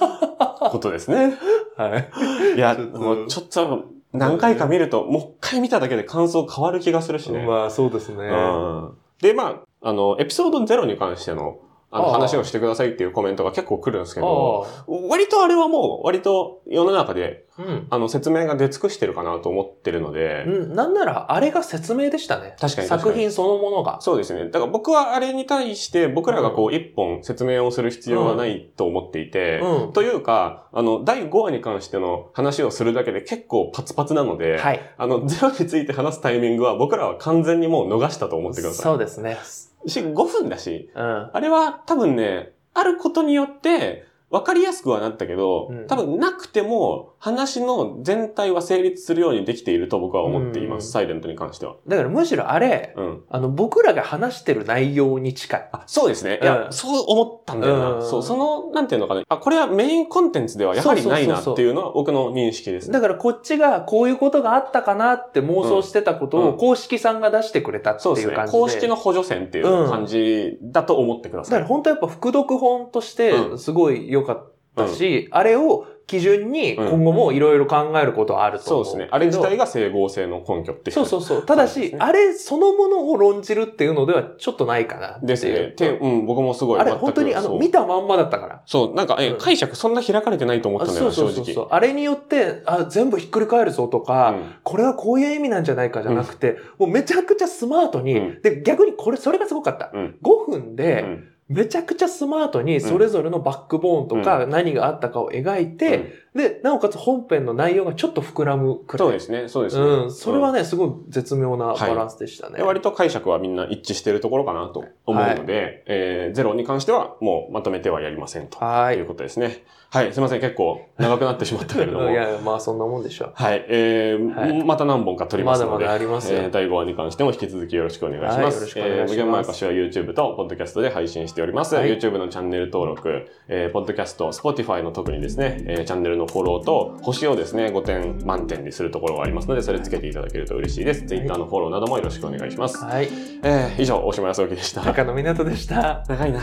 [SPEAKER 2] ことですね。
[SPEAKER 3] はい。
[SPEAKER 2] いや、
[SPEAKER 3] ちょっと
[SPEAKER 2] もうちょっと何回か見ると、もう一回見ただけで感想変わる気がするしね。
[SPEAKER 3] まあ、そうですね。
[SPEAKER 2] うん。で、まあ、あの、エピソード0に関しての、あ
[SPEAKER 3] あ
[SPEAKER 2] の、
[SPEAKER 3] あ
[SPEAKER 2] 話をしてくださいっていうコメントが結構来るんですけど、
[SPEAKER 3] あ
[SPEAKER 2] 割とあれはもう、割と世の中で、
[SPEAKER 3] あ。うん。
[SPEAKER 2] あの、説明が出尽くしてるかなと思ってるので、
[SPEAKER 3] うんなんなら、あれが説明でしたね。
[SPEAKER 2] 確かに確かに
[SPEAKER 3] 作品そのものが。
[SPEAKER 2] そうですね。だから僕はあれに対して僕らがこう一本説明をする必要はないと思っていて、
[SPEAKER 3] うん。
[SPEAKER 2] というか、あの、第5話に関しての話をするだけで結構パツパツなので、
[SPEAKER 3] はい。
[SPEAKER 2] あの、ゼロについて話すタイミングは僕らは完全にもう逃したと思ってくださ
[SPEAKER 3] そうですね。
[SPEAKER 2] い。し、5分だし、
[SPEAKER 3] うん。
[SPEAKER 2] あれは多分ね、あることによって分かりやすくはなったけど、
[SPEAKER 3] うん
[SPEAKER 2] 多分なくても話の全体は成立するようにできていると僕は思っています。
[SPEAKER 3] うん
[SPEAKER 2] サイレントに関しては。
[SPEAKER 3] だからむしろあれ、
[SPEAKER 2] うん。
[SPEAKER 3] あの、僕らが話してる内容に近い。
[SPEAKER 2] あそうですね。いや、
[SPEAKER 3] うん
[SPEAKER 2] そう思ったんだよな、
[SPEAKER 3] うん
[SPEAKER 2] そう、その、なんていうのかな。あ、これはメインコンテンツではやはりないな
[SPEAKER 3] そうそうそうそう
[SPEAKER 2] っていうのは僕の認識ですね。
[SPEAKER 3] だからこっちがこういうことがあったかなって妄想してたこと
[SPEAKER 2] うん
[SPEAKER 3] を
[SPEAKER 2] うん
[SPEAKER 3] 公式さんが出してくれたって
[SPEAKER 2] そう
[SPEAKER 3] い
[SPEAKER 2] です
[SPEAKER 3] う
[SPEAKER 2] ね
[SPEAKER 3] 感。じで。
[SPEAKER 2] 公式の補助線っていう感じだと思ってくだ
[SPEAKER 3] だ
[SPEAKER 2] さ
[SPEAKER 3] か
[SPEAKER 2] い。
[SPEAKER 3] ら本当やっぱ副読本として
[SPEAKER 2] う
[SPEAKER 3] すごい良かったし、あれを基準に今後もいろいろ考えることはあると
[SPEAKER 2] そ
[SPEAKER 3] 思
[SPEAKER 2] う
[SPEAKER 3] う。
[SPEAKER 2] ですね。あれ自体が整合性の根拠っていう。
[SPEAKER 3] そうそうそう。ただ
[SPEAKER 2] そうで
[SPEAKER 3] し、
[SPEAKER 2] すね
[SPEAKER 3] あれそのものを論じるっていうのではちょっとないかなっていう。
[SPEAKER 2] ですね。て、うん、僕もすごい。
[SPEAKER 3] あれ
[SPEAKER 2] 全く
[SPEAKER 3] 本当にあ
[SPEAKER 2] そ
[SPEAKER 3] の
[SPEAKER 2] う
[SPEAKER 3] 見たまんまだったから。
[SPEAKER 2] そう、なんか、え、
[SPEAKER 3] うん
[SPEAKER 2] 解釈そんな開かれてないと思っ
[SPEAKER 3] あ
[SPEAKER 2] たんだ
[SPEAKER 3] そ
[SPEAKER 2] よ
[SPEAKER 3] う
[SPEAKER 2] な、正
[SPEAKER 3] そ
[SPEAKER 2] 直。
[SPEAKER 3] うそうそう。あれによって、あ、全部ひっくり返るぞとか、
[SPEAKER 2] うん
[SPEAKER 3] これはこういう意味なんじゃないかじゃなくて、もうめちゃくちゃスマートに、
[SPEAKER 2] うん
[SPEAKER 3] で、逆にこれ、それがすごかった。
[SPEAKER 2] うん
[SPEAKER 3] 5分
[SPEAKER 2] う
[SPEAKER 3] で、
[SPEAKER 2] ん
[SPEAKER 3] めちゃくちゃスマートに、それぞれのバックボーンとか、何があったかを描いて、で、なおかつ本編の内容がちょっと膨らむ
[SPEAKER 2] う
[SPEAKER 3] く
[SPEAKER 2] ん
[SPEAKER 3] らい。
[SPEAKER 2] そうですね、そうですね。
[SPEAKER 3] うん、それは
[SPEAKER 2] ね、
[SPEAKER 3] ね、すごい絶妙なバランスでしたね。
[SPEAKER 2] 割と解釈はみんな一致してるところかなと思うので、えーゼロに関してはもうまとめてはやりませんと。
[SPEAKER 3] は
[SPEAKER 2] という
[SPEAKER 3] い。
[SPEAKER 2] ことですね。はい、すいません、結構長くなってしまったけれども。
[SPEAKER 3] (laughs) いやいや、まあそんなもんでしょう。
[SPEAKER 2] はい、えー
[SPEAKER 3] はい
[SPEAKER 2] また何本か撮りま
[SPEAKER 3] ますだ
[SPEAKER 2] の
[SPEAKER 3] ま
[SPEAKER 2] で、
[SPEAKER 3] だありますよ。
[SPEAKER 2] えー第5話に関しても引き続きよろしくお願いします。
[SPEAKER 3] はいよろしくお願いします
[SPEAKER 2] えー無限前橋は YouTube と Podcast で配信しております。
[SPEAKER 3] はい
[SPEAKER 2] YouTube のチャンネル登録、えー、Podcast、Spotify の特にですね、えーチャンネルののフォローと、星をですね、5点満点にするところがありますので、それつけていただけると嬉しいです。Twitter のフォローなどもよろしくお願いします。
[SPEAKER 3] はい。
[SPEAKER 2] えー、以上、大島康之でした。
[SPEAKER 3] 中野湊でした。
[SPEAKER 2] 長いな。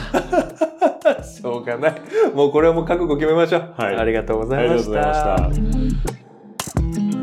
[SPEAKER 3] しょうがない。もうこれはもう覚悟決めましょう。
[SPEAKER 2] はい
[SPEAKER 3] ありがとうご
[SPEAKER 2] あ
[SPEAKER 3] ざ
[SPEAKER 2] り
[SPEAKER 3] い
[SPEAKER 2] が
[SPEAKER 3] ま
[SPEAKER 2] とう
[SPEAKER 3] し
[SPEAKER 2] ございましたた。。